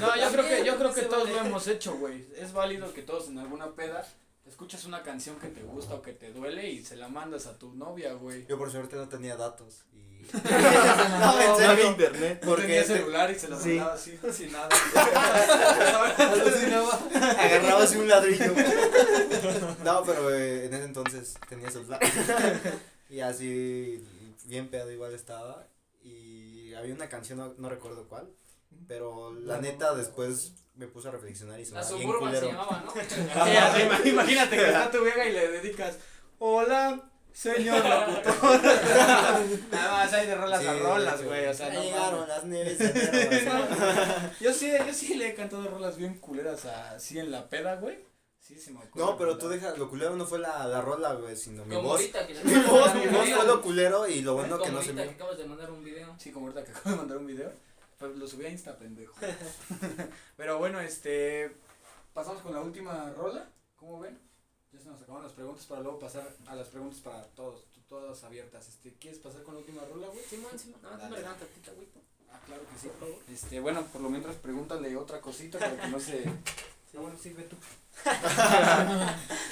[SPEAKER 2] No, yo creo que, yo creo que
[SPEAKER 4] Se
[SPEAKER 2] todos
[SPEAKER 4] vale.
[SPEAKER 2] lo hemos hecho, güey. Es válido que todos en alguna peda escuchas una canción que te gusta o que te duele y se la mandas a tu novia, güey.
[SPEAKER 6] Yo por suerte no tenía datos. Y... no,
[SPEAKER 2] No,
[SPEAKER 6] en
[SPEAKER 2] no había
[SPEAKER 6] serio.
[SPEAKER 3] internet.
[SPEAKER 2] Porque
[SPEAKER 6] Porque
[SPEAKER 2] tenía
[SPEAKER 6] este-
[SPEAKER 2] celular y se la
[SPEAKER 6] Sí.
[SPEAKER 2] mandaba así, sin nada.
[SPEAKER 6] Agarrabas un ladrillo. No, pero eh, en ese entonces tenía celular. Y así, bien pedo igual estaba. Y había una canción, no, no recuerdo cuál. Pero la neta, después me puse a reflexionar y
[SPEAKER 4] La
[SPEAKER 6] sonaba bien
[SPEAKER 4] suburban se
[SPEAKER 6] culero.
[SPEAKER 4] llamaba, ¿no?
[SPEAKER 2] Sí, así, ima- imagínate que está tu vieja y le dedicas, hola, señor locutor. Nada más hay de rolas
[SPEAKER 6] Sí,
[SPEAKER 2] a rolas,
[SPEAKER 6] sí.
[SPEAKER 2] güey, o sea,
[SPEAKER 6] Ya
[SPEAKER 2] no
[SPEAKER 6] llegaron
[SPEAKER 2] mames.
[SPEAKER 6] las nieves. ya llegaron las nieves.
[SPEAKER 2] Yo sí, yo sí le he cantado rolas bien culeras así en la peda, güey. Sí, se me ocurre.
[SPEAKER 6] No, pero tú dejas, lo culero no fue la, la rola, güey, sino mi
[SPEAKER 4] Como
[SPEAKER 6] voz.
[SPEAKER 4] ahorita que le-
[SPEAKER 6] Mi voz, mi voz fue lo culero y lo bueno
[SPEAKER 4] Como
[SPEAKER 6] que no se
[SPEAKER 4] ahorita que
[SPEAKER 6] vio.
[SPEAKER 4] acabas de mandar un video.
[SPEAKER 2] Sí, como ahorita que acabo de mandar un video, pues lo subí a Insta, pendejo. pero bueno, este, pasamos con la última rola, ¿cómo ven? Ya se nos acabaron las preguntas para luego pasar a las preguntas para todos, tú- todas abiertas. Este, ¿quieres pasar con la última rola, güey?
[SPEAKER 4] Simón, Simón, nada más me regalan tantita agüita.
[SPEAKER 2] Ah, claro que sí. Este, bueno, por lo mientras pregúntale otra cosita para que no se... Ah, bueno, sí, ve tú.
[SPEAKER 4] Perdón,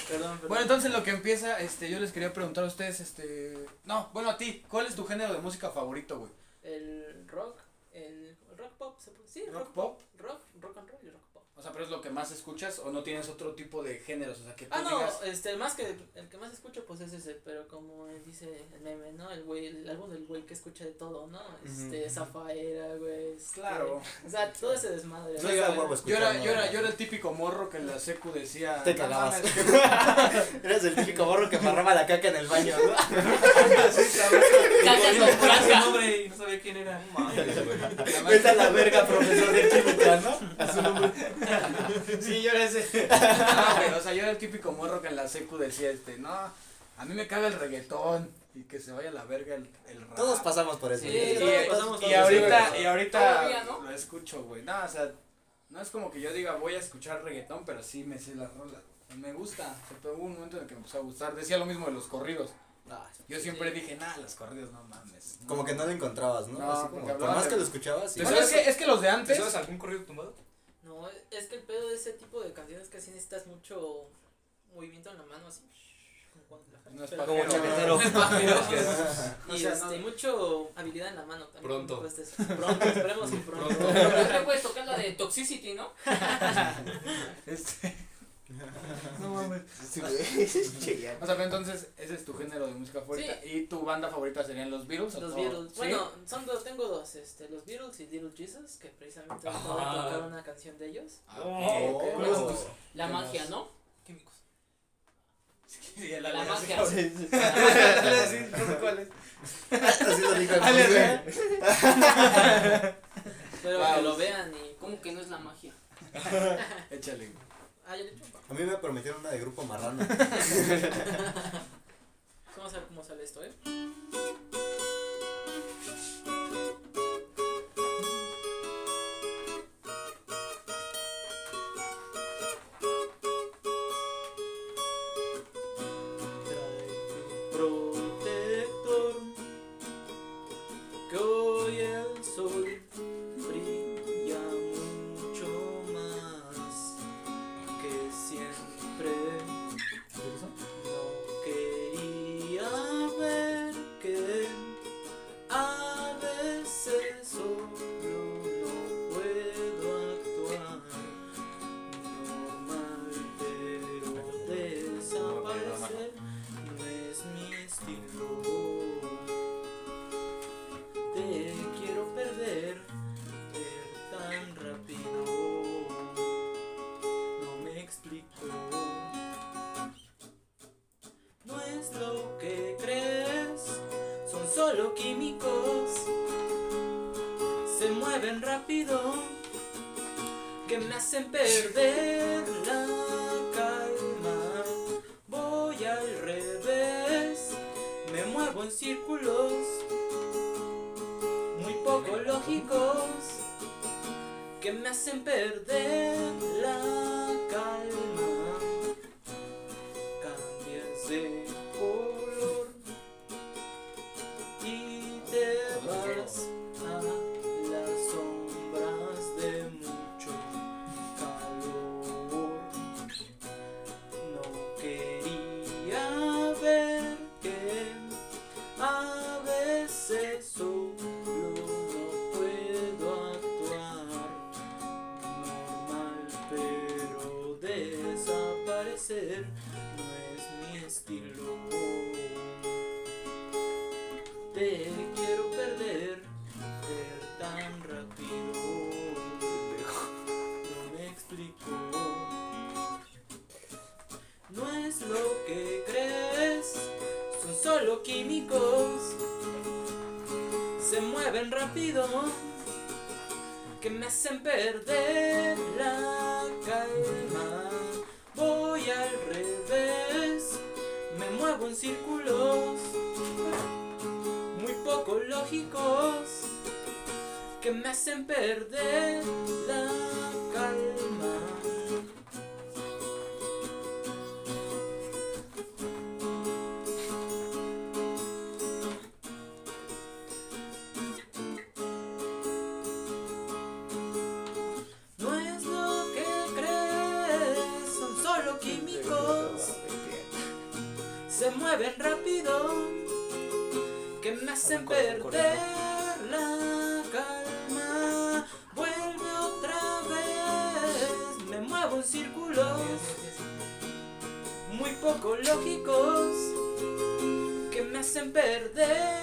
[SPEAKER 4] perdón.
[SPEAKER 2] Bueno, entonces lo que empieza, este, yo les quería preguntar a ustedes, este... No, bueno, a ti, ¿cuál es tu género de música favorito, güey?
[SPEAKER 4] El rock, el rock pop, ¿se puede? Sí,
[SPEAKER 2] ¿Rock
[SPEAKER 4] rock,
[SPEAKER 2] pop?
[SPEAKER 4] rock, rock and roll y rock pop.
[SPEAKER 2] O sea, pero es lo que más escuchas o no tienes otro tipo de géneros, o sea, que tú
[SPEAKER 4] Ah,
[SPEAKER 2] digas...
[SPEAKER 4] no, este, el más que, el que más escucho pues es ese, pero como dice el meme, ¿no? El güey, el álbum del güey que escucha de todo, ¿no? Este, Zafaera, güey. este,
[SPEAKER 2] Claro.
[SPEAKER 4] O sea, todo ese desmadre.
[SPEAKER 6] No
[SPEAKER 2] Yo
[SPEAKER 6] es de
[SPEAKER 2] era,
[SPEAKER 6] huevo
[SPEAKER 2] yo, era,
[SPEAKER 6] escuchar,
[SPEAKER 2] yo, era,
[SPEAKER 6] no.
[SPEAKER 2] yo era el típico morro que en la secu decía.
[SPEAKER 6] Te
[SPEAKER 2] "No
[SPEAKER 6] cagabas".
[SPEAKER 2] mames, que-
[SPEAKER 6] Ah, Eres el típico borro que amarraba la caca en el baño, ¿no?
[SPEAKER 4] Caca con frasca.
[SPEAKER 16] nombre y no sabía quién era.
[SPEAKER 6] Vete a la verga, profesor de química, ¿no?
[SPEAKER 2] Sí, yo era ese. No, güey, o sea, yo era el típico morro que en la secu decía, este, no, a mí me caga el reggaetón y que se vaya a la verga el, el rap.
[SPEAKER 6] Todos pasamos por eso.
[SPEAKER 2] Y,
[SPEAKER 4] Sí,
[SPEAKER 2] y-
[SPEAKER 4] todos pasamos
[SPEAKER 2] y
[SPEAKER 4] por eso.
[SPEAKER 2] ahorita, y ahorita
[SPEAKER 4] Todavía, ¿no?
[SPEAKER 2] lo escucho, güey. No, o sea, no es como que yo diga voy a escuchar reggaetón, pero sí me sé las rolas. Me gusta. O sea, pero hubo un momento en el que me empezó a gustar. Decía lo mismo de los corridos.
[SPEAKER 4] Ah,
[SPEAKER 2] Yo siempre dije, nada, los corridos no mames.
[SPEAKER 6] Como que no lo encontrabas, ¿no?
[SPEAKER 2] No,
[SPEAKER 6] Así
[SPEAKER 2] porque
[SPEAKER 6] como, por
[SPEAKER 2] hablabas
[SPEAKER 6] más
[SPEAKER 2] de-
[SPEAKER 6] que lo escuchabas, sí.
[SPEAKER 2] Bueno, es, que, es que los de
[SPEAKER 16] ¿Te
[SPEAKER 2] antes.
[SPEAKER 16] sabes algún corrido tumbado?
[SPEAKER 4] No, es que el pedo de ese tipo de canciones que sí necesitas mucho movimiento en la mano, así.
[SPEAKER 9] No es
[SPEAKER 4] Pero
[SPEAKER 9] pajero.
[SPEAKER 4] mucho
[SPEAKER 9] No, no es
[SPEAKER 4] pajero.
[SPEAKER 9] pajero.
[SPEAKER 4] Y
[SPEAKER 9] O sea,
[SPEAKER 4] este,
[SPEAKER 9] no.
[SPEAKER 4] mucho habilidad en la mano también.
[SPEAKER 10] Pronto.
[SPEAKER 4] Pues, es- Pronto, esperemos que pronto.
[SPEAKER 10] Yo creo que puedes tocar la de Toxicity, ¿no?
[SPEAKER 9] Este. No mames.
[SPEAKER 6] Sí, güey. Cheyenne.
[SPEAKER 9] O sea, pero entonces, ese es tu género de música favorita. ¿Y tu banda favorita serían los Beatles? o
[SPEAKER 4] Los
[SPEAKER 9] no?
[SPEAKER 4] Beatles.
[SPEAKER 9] ¿Sí?
[SPEAKER 4] Bueno, son dos, tengo dos, este, los Beatles y Little Jesus, que precisamente
[SPEAKER 10] Ah.
[SPEAKER 4] acabo de tocar una canción de ellos.
[SPEAKER 9] Ah, ok, ok.
[SPEAKER 2] Pues,
[SPEAKER 10] ¿Cuáles son
[SPEAKER 9] Oh.
[SPEAKER 10] tus-
[SPEAKER 4] La
[SPEAKER 9] ¿Qué
[SPEAKER 4] magia,
[SPEAKER 9] más?
[SPEAKER 4] ¿no?
[SPEAKER 10] Químicos.
[SPEAKER 4] La, magia.
[SPEAKER 6] Así lo dijo el
[SPEAKER 9] Ale,
[SPEAKER 2] pues,
[SPEAKER 6] güey.
[SPEAKER 4] Pero que
[SPEAKER 9] Vamos.
[SPEAKER 4] lo vean y como
[SPEAKER 10] ¿Cómo que no es la magia?
[SPEAKER 9] Échale. güey.
[SPEAKER 4] Ah, ya le he dicho.
[SPEAKER 6] A mí me prometieron una de grupo marrano.
[SPEAKER 4] Vamos a ver cómo sale esto, ¿eh? Trae tu protector, que hoy el sol brilla mucho más que siempre. No quería ver que a veces solo no puedo actuar normal, pero desaparecer no es mi estilo. Te quiero perder pero tan rápido. No me explico. No es lo que crees, son solo químicos. Se mueven rápido, que me hacen perder la calma. Voy al revés, me muevo en círculos, muy poco lógicos, que me hacen perder la calma cambias de color y te vas a las sombras de mucho calor. No quería ver que a veces solo no puedo actuar normal, pero desaparecer no es mi estilo. Te quiero perder, perder tan rápido. No me explico. No es lo que crees, son solo químicos. Se mueven rápido, que me hacen perder la calma. Voy al revés, me muevo en círculos muy poco lógicos que me hacen perder la calma. No es lo que crees, son solo químicos. Se mueven rápido, que me hacen perder la calma. Vuelve otra vez, me muevo en círculos muy poco lógicos que me hacen perder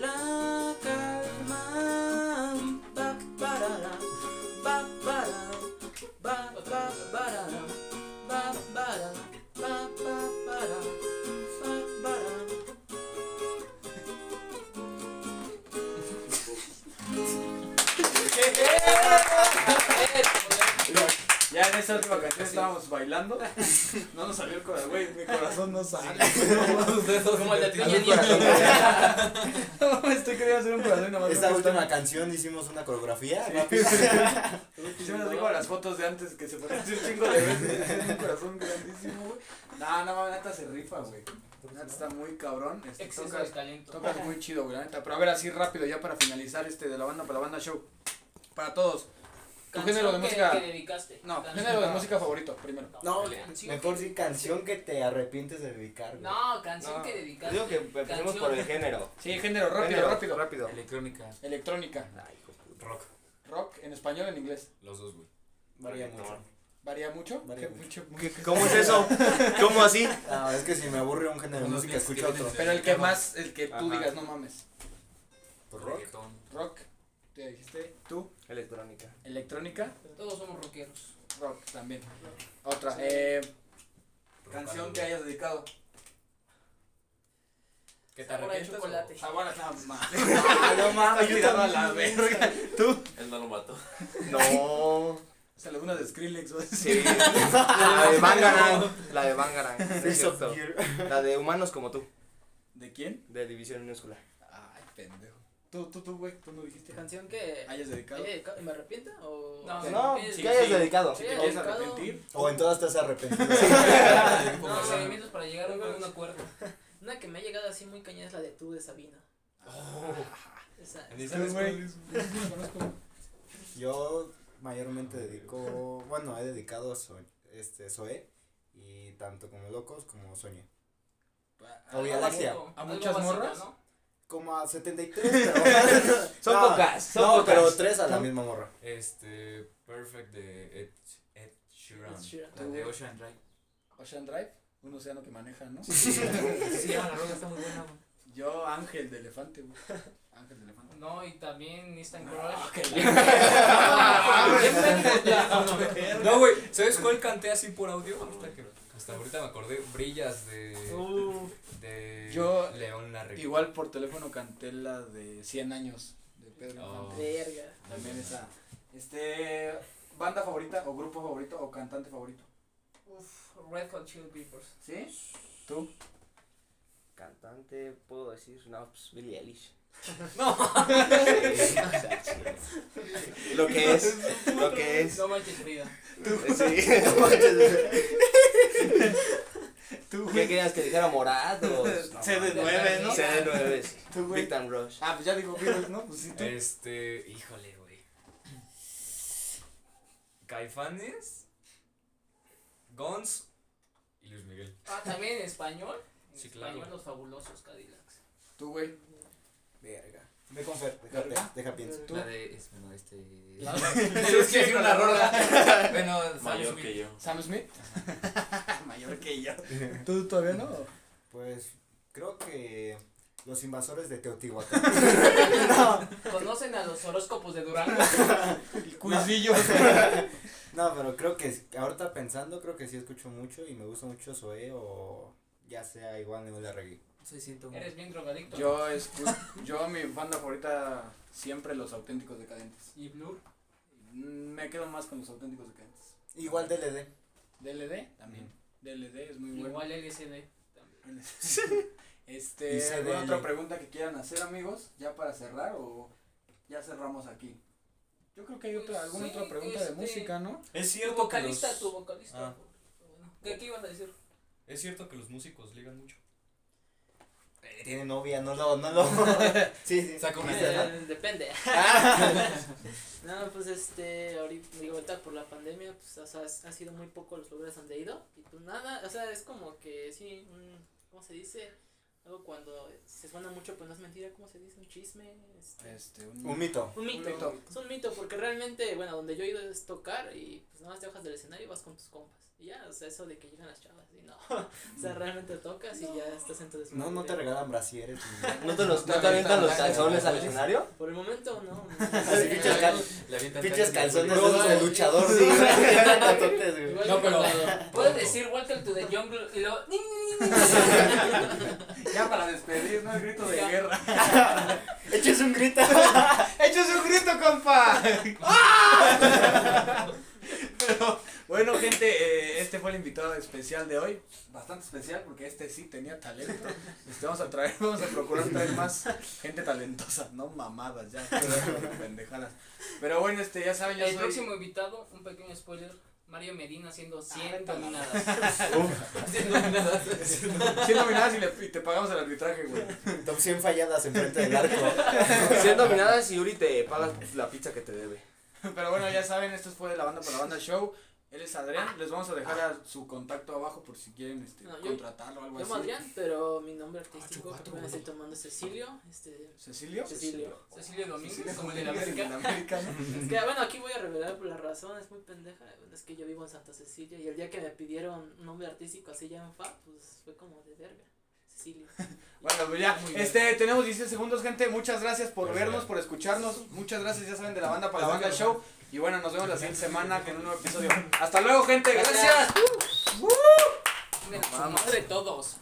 [SPEAKER 4] la calma. Ba, barara, ba, barara, ba, ba, barara, ba, barara, ba, ba, barara, ba, barara.
[SPEAKER 9] Ya en esa última canción estábamos bailando. No nos salió el corazón, güey. Mi corazón no sale.
[SPEAKER 4] Como el de Peña
[SPEAKER 6] Hazme un
[SPEAKER 4] Nieto.
[SPEAKER 6] corazón, güey.
[SPEAKER 9] No, me estoy queriendo hacer un corazón y nomás.
[SPEAKER 6] Esta
[SPEAKER 9] no me
[SPEAKER 6] última
[SPEAKER 9] sale.
[SPEAKER 6] canción hicimos una coreografía rápido.
[SPEAKER 9] Hicimos así como las fotos de antes que se parecen un chingo de veces. Hicieron un corazón grandísimo, güey. No, no, mames, neta se rifa, güey. Neta está muy cabrón. Este,
[SPEAKER 10] Exceso
[SPEAKER 9] tocas-
[SPEAKER 10] de talento.
[SPEAKER 9] Tocas muy chido, güey, la neta. Pero a ver, así rápido, ya para finalizar este de la banda para la banda show. Para todos,
[SPEAKER 2] Tu género de
[SPEAKER 4] Canción que-
[SPEAKER 2] música.
[SPEAKER 4] que dedicaste.
[SPEAKER 2] No,
[SPEAKER 4] Canción.
[SPEAKER 2] género de música favorito, primero.
[SPEAKER 3] No,
[SPEAKER 4] Canción
[SPEAKER 3] mejor
[SPEAKER 4] que-
[SPEAKER 3] sí canción que te arrepientes de dedicar. güey.
[SPEAKER 4] No, canción
[SPEAKER 2] No.
[SPEAKER 4] que dedicaste.
[SPEAKER 8] Digo que empecemos
[SPEAKER 4] Canción.
[SPEAKER 8] por el género.
[SPEAKER 2] Sí, género, rápido,
[SPEAKER 8] Género,
[SPEAKER 2] rápido.
[SPEAKER 8] Rápido.
[SPEAKER 6] Electrónica,
[SPEAKER 2] Electrónica.
[SPEAKER 6] rock,
[SPEAKER 2] Rock en español en inglés.
[SPEAKER 6] los dos, güey.
[SPEAKER 3] Varía mucho.
[SPEAKER 2] ¿Varía mucho?
[SPEAKER 3] Varía
[SPEAKER 2] ¿Qué
[SPEAKER 3] mucho.
[SPEAKER 2] mucho?
[SPEAKER 8] ¿Cómo es eso? ¿Cómo así?
[SPEAKER 3] No, es que si me aburre un género de
[SPEAKER 6] Unos
[SPEAKER 3] música,
[SPEAKER 6] beats que
[SPEAKER 3] escucho otro.
[SPEAKER 6] tienen-
[SPEAKER 2] Pero el que más, el que tú
[SPEAKER 8] Ajá.
[SPEAKER 2] digas, no mames.
[SPEAKER 3] ¿Rock?
[SPEAKER 6] Reggaetón.
[SPEAKER 2] Rock, te dijiste. Tú,
[SPEAKER 8] Electrónica.
[SPEAKER 2] electrónica,
[SPEAKER 4] Todos somos rockeros.
[SPEAKER 2] rock también. Otra. Eh, canción que hayas dedicado.
[SPEAKER 6] Que te
[SPEAKER 4] Sabor a
[SPEAKER 6] arrepientes.
[SPEAKER 4] chocolate.
[SPEAKER 2] Ah, bueno, no mames. Ah, No mames, yo a la verga.
[SPEAKER 6] Él no lo mató.
[SPEAKER 8] No.
[SPEAKER 2] Se le una de Skrillex, güey.
[SPEAKER 8] Sí. La de Bangarang. La de Bangarang. sí, es cierto. La de Humanos como tú.
[SPEAKER 2] ¿De quién?
[SPEAKER 8] De División Minúscula.
[SPEAKER 2] Ay, pendejo. Tú, tú, tú, güey, tú no dijiste.
[SPEAKER 4] Canción que.
[SPEAKER 2] ¿Hayas dedicado?
[SPEAKER 4] Ah, Eh, ca- ¿Me arrepiento? O...
[SPEAKER 2] Sí.
[SPEAKER 8] No,
[SPEAKER 4] ¿qué-
[SPEAKER 2] sí,
[SPEAKER 8] que hayas
[SPEAKER 2] sí.
[SPEAKER 8] dedicado.
[SPEAKER 2] Si te quieres
[SPEAKER 4] Dedicado.
[SPEAKER 2] arrepentir.
[SPEAKER 3] O en todas te has arrepentido.
[SPEAKER 4] No, movimientos para llegar a un acuerdo. Una que me ha llegado así muy cañada es la de tú de Sabina. Esa.
[SPEAKER 6] ¿Sabes cuál es?
[SPEAKER 3] Yo mayormente dedico, bueno, he dedicado Zoe, este, Zoé y tanto como Locos como Soñé. O Vía Láctea.
[SPEAKER 4] Algo-
[SPEAKER 2] ¿A
[SPEAKER 4] algo
[SPEAKER 2] muchas
[SPEAKER 4] básico,
[SPEAKER 2] morras?
[SPEAKER 4] ¿no?
[SPEAKER 3] Como a 73, pero...
[SPEAKER 8] Son
[SPEAKER 3] No,
[SPEAKER 8] pocas, son
[SPEAKER 3] no,
[SPEAKER 8] pocas.
[SPEAKER 3] pero tres a la misma morra.
[SPEAKER 6] Este, Perfect de Ed, Ed Sheeran.
[SPEAKER 4] Ed Sheeran.
[SPEAKER 6] La de Ocean Drive.
[SPEAKER 2] Ocean Drive, un océano que maneja, ¿no?
[SPEAKER 6] Sí, la rola está muy buena, güey.
[SPEAKER 2] Yo, Ángel de Elefante, güey. Ángel de Elefante.
[SPEAKER 4] No, y también Instant
[SPEAKER 2] Ah,
[SPEAKER 4] Crush.
[SPEAKER 2] que
[SPEAKER 6] No, güey, ¿sabes cuál canté así por audio? Ahorita que- Hasta ahorita me acordé, Brillas de,
[SPEAKER 4] Uh,
[SPEAKER 6] de
[SPEAKER 2] Yo-
[SPEAKER 6] León Larregui.
[SPEAKER 2] Igual por teléfono canté la de 100 años de Pedro
[SPEAKER 6] Oh.
[SPEAKER 2] Infante.
[SPEAKER 4] verga.
[SPEAKER 2] También esa. Este. ¿Banda favorita o grupo favorito o cantante favorito?
[SPEAKER 4] Uf, Red Hot Chili Peppers.
[SPEAKER 2] ¿Sí? ¿Tú?
[SPEAKER 8] Cantante, puedo decir, no, pues Billie Eilish.
[SPEAKER 9] Lo que es. Lo que es.
[SPEAKER 4] No manches Frida.
[SPEAKER 8] ¿Qué querías que dijera morados?
[SPEAKER 2] CD9,
[SPEAKER 4] ¿no?
[SPEAKER 8] CD9, sí.
[SPEAKER 2] ¿Tú,
[SPEAKER 8] Big Time Rush.
[SPEAKER 2] Ah, pues ya digo Beatles, ¿no? Pues sí, tú.
[SPEAKER 6] Este, híjole, güey. Caifanes, Gons y Luis Miguel.
[SPEAKER 4] Ah, también en español. En
[SPEAKER 6] Sí, claro.
[SPEAKER 4] español, los fabulosos Cadillacs.
[SPEAKER 2] Tú, güey.
[SPEAKER 3] Verga. Ve con Fer, déjate, deja pienso.
[SPEAKER 6] La de, es, bueno, este.
[SPEAKER 2] Es que es una rola.
[SPEAKER 6] bueno,
[SPEAKER 2] Mayor
[SPEAKER 6] que yo.
[SPEAKER 2] ¿Sam Smith? Mayor que yo. ¿Tú todavía no?
[SPEAKER 3] Pues creo que los invasores de Teotihuacán.
[SPEAKER 4] ¿Conocen a los horóscopos de Durango?
[SPEAKER 2] El cuisillo.
[SPEAKER 3] No, pero creo que s- ahorita pensando, creo que sí escucho mucho y me gusta mucho Zoé o ya sea igual Neo de Reggae.
[SPEAKER 6] Soy siento
[SPEAKER 4] Eres bien drogadicto.
[SPEAKER 2] Yo escucho, yo mi banda favorita siempre los auténticos decadentes.
[SPEAKER 4] Y Blur.
[SPEAKER 2] Mm, Me quedo más con los auténticos decadentes.
[SPEAKER 3] Igual DLD.
[SPEAKER 2] DLD también. DLD es muy bueno.
[SPEAKER 4] Igual LSD. También.
[SPEAKER 2] Este,
[SPEAKER 3] Y CDL.
[SPEAKER 2] ¿alguna otra pregunta que quieran hacer, amigos? Ya para cerrar o ya cerramos aquí. Yo creo que hay otra, alguna
[SPEAKER 4] Sí,
[SPEAKER 2] otra pregunta de
[SPEAKER 4] este,
[SPEAKER 2] música, ¿no?
[SPEAKER 6] Es
[SPEAKER 4] Tu
[SPEAKER 6] cierto, que
[SPEAKER 4] vocalista,
[SPEAKER 6] los,
[SPEAKER 4] tu vocalista.
[SPEAKER 6] Ah.
[SPEAKER 4] Bueno, ¿Qué, ¿Qué ibas a decir?
[SPEAKER 6] es cierto que los músicos ligan mucho.
[SPEAKER 2] Eh,
[SPEAKER 3] Tiene novia, no lo, no lo. sí, sí.
[SPEAKER 6] Saca una
[SPEAKER 3] Dice,
[SPEAKER 4] Eh, depende. no, pues este, ahorita, digo, ahorita por la pandemia, pues o sea, has- ha sido muy poco los lugares donde he ido. Y pues nada, o sea, es como que sí, un- ¿cómo se dice? Algo cuando se suena mucho, pues no es mentira, ¿cómo se dice? Un chisme. Este,
[SPEAKER 2] Este,
[SPEAKER 3] ¿no? Un mito.
[SPEAKER 4] un mito.
[SPEAKER 2] un mito.
[SPEAKER 4] Es un mito, porque realmente, bueno, donde yo he ido es tocar y pues nada más te bajas del escenario y vas con tus compas. Y ya, o sea, eso de que llegan las chavas y no. o sea, realmente tocas y ya estás en tu
[SPEAKER 3] No, no te
[SPEAKER 4] desmadre.
[SPEAKER 3] regalan brasieres. ni-
[SPEAKER 8] ¿No te, los, ¿No te avientan los calzones al escenario?
[SPEAKER 4] Por el momento, no.
[SPEAKER 3] Así pinches, cal-
[SPEAKER 6] Le avientan
[SPEAKER 3] pinches
[SPEAKER 6] tacos de
[SPEAKER 3] calzones de
[SPEAKER 6] frijol.
[SPEAKER 3] esos de luchador. sí, güey. Tatotes, güey.
[SPEAKER 4] Igual
[SPEAKER 6] No,
[SPEAKER 4] que
[SPEAKER 6] pero-
[SPEAKER 4] cuando Puedes decir Welcome to the Jungle y luego. "Ni, ni, ni, ni".
[SPEAKER 2] Ya para despedir, ¿no? El grito de
[SPEAKER 4] Ya.
[SPEAKER 2] guerra.
[SPEAKER 3] Eches un grito.
[SPEAKER 2] ¡Échese un grito, compa! ¡Ah! Pero, bueno, gente, eh, este fue el invitado especial de hoy. Bastante especial porque este sí tenía talento. Este, vamos a traer, vamos a procurar traer más gente talentosa. No mamadas, ya. pero Pendejadas. Pero bueno, este, ya saben, yo
[SPEAKER 4] El
[SPEAKER 2] soy-
[SPEAKER 4] próximo invitado, un pequeño spoiler: Mario Medina haciendo 100
[SPEAKER 2] vete a la-
[SPEAKER 4] dominadas.
[SPEAKER 2] Siendo nominadas y, le- y te pagamos el arbitraje, güey.
[SPEAKER 3] Top 100 falladas enfrente del arco.
[SPEAKER 8] Siendo nominadas y Uri te pagas la pizza que te debe.
[SPEAKER 2] Pero bueno, ya saben, esto fue de la banda por la banda show. Él es Adrián, les vamos a dejar a su contacto abajo por si quieren este,
[SPEAKER 4] No, yo-
[SPEAKER 2] contratarlo o algo
[SPEAKER 4] Yo
[SPEAKER 2] así.
[SPEAKER 4] me Adrián, pero mi nombre artístico
[SPEAKER 2] Cuatro,
[SPEAKER 4] que me estoy tomando es Cecilio. Este,
[SPEAKER 2] ¿Cecilio?
[SPEAKER 4] Cecilio.
[SPEAKER 17] Cecilio Domínguez,
[SPEAKER 2] Cecilio
[SPEAKER 17] como el de la América.
[SPEAKER 2] Domínguez, el de la América, ¿no?
[SPEAKER 4] Es que, bueno, aquí voy a revelar por la razón, es muy pendeja. Es que yo vivo en Santa Cecilia y el día que me pidieron un nombre artístico así ya en fa, pues fue como de verga. Cecilio.
[SPEAKER 2] Bueno, pues ya,
[SPEAKER 4] Muy bien.
[SPEAKER 2] este, tenemos 16 segundos, gente. Muchas gracias por vernos, por escucharnos. Muchas gracias, ya saben, de la banda para la banda show. Y bueno, nos vemos la siguiente semana con un nuevo episodio. Hasta luego, gente. Gracias.
[SPEAKER 4] Venga, su madre todos.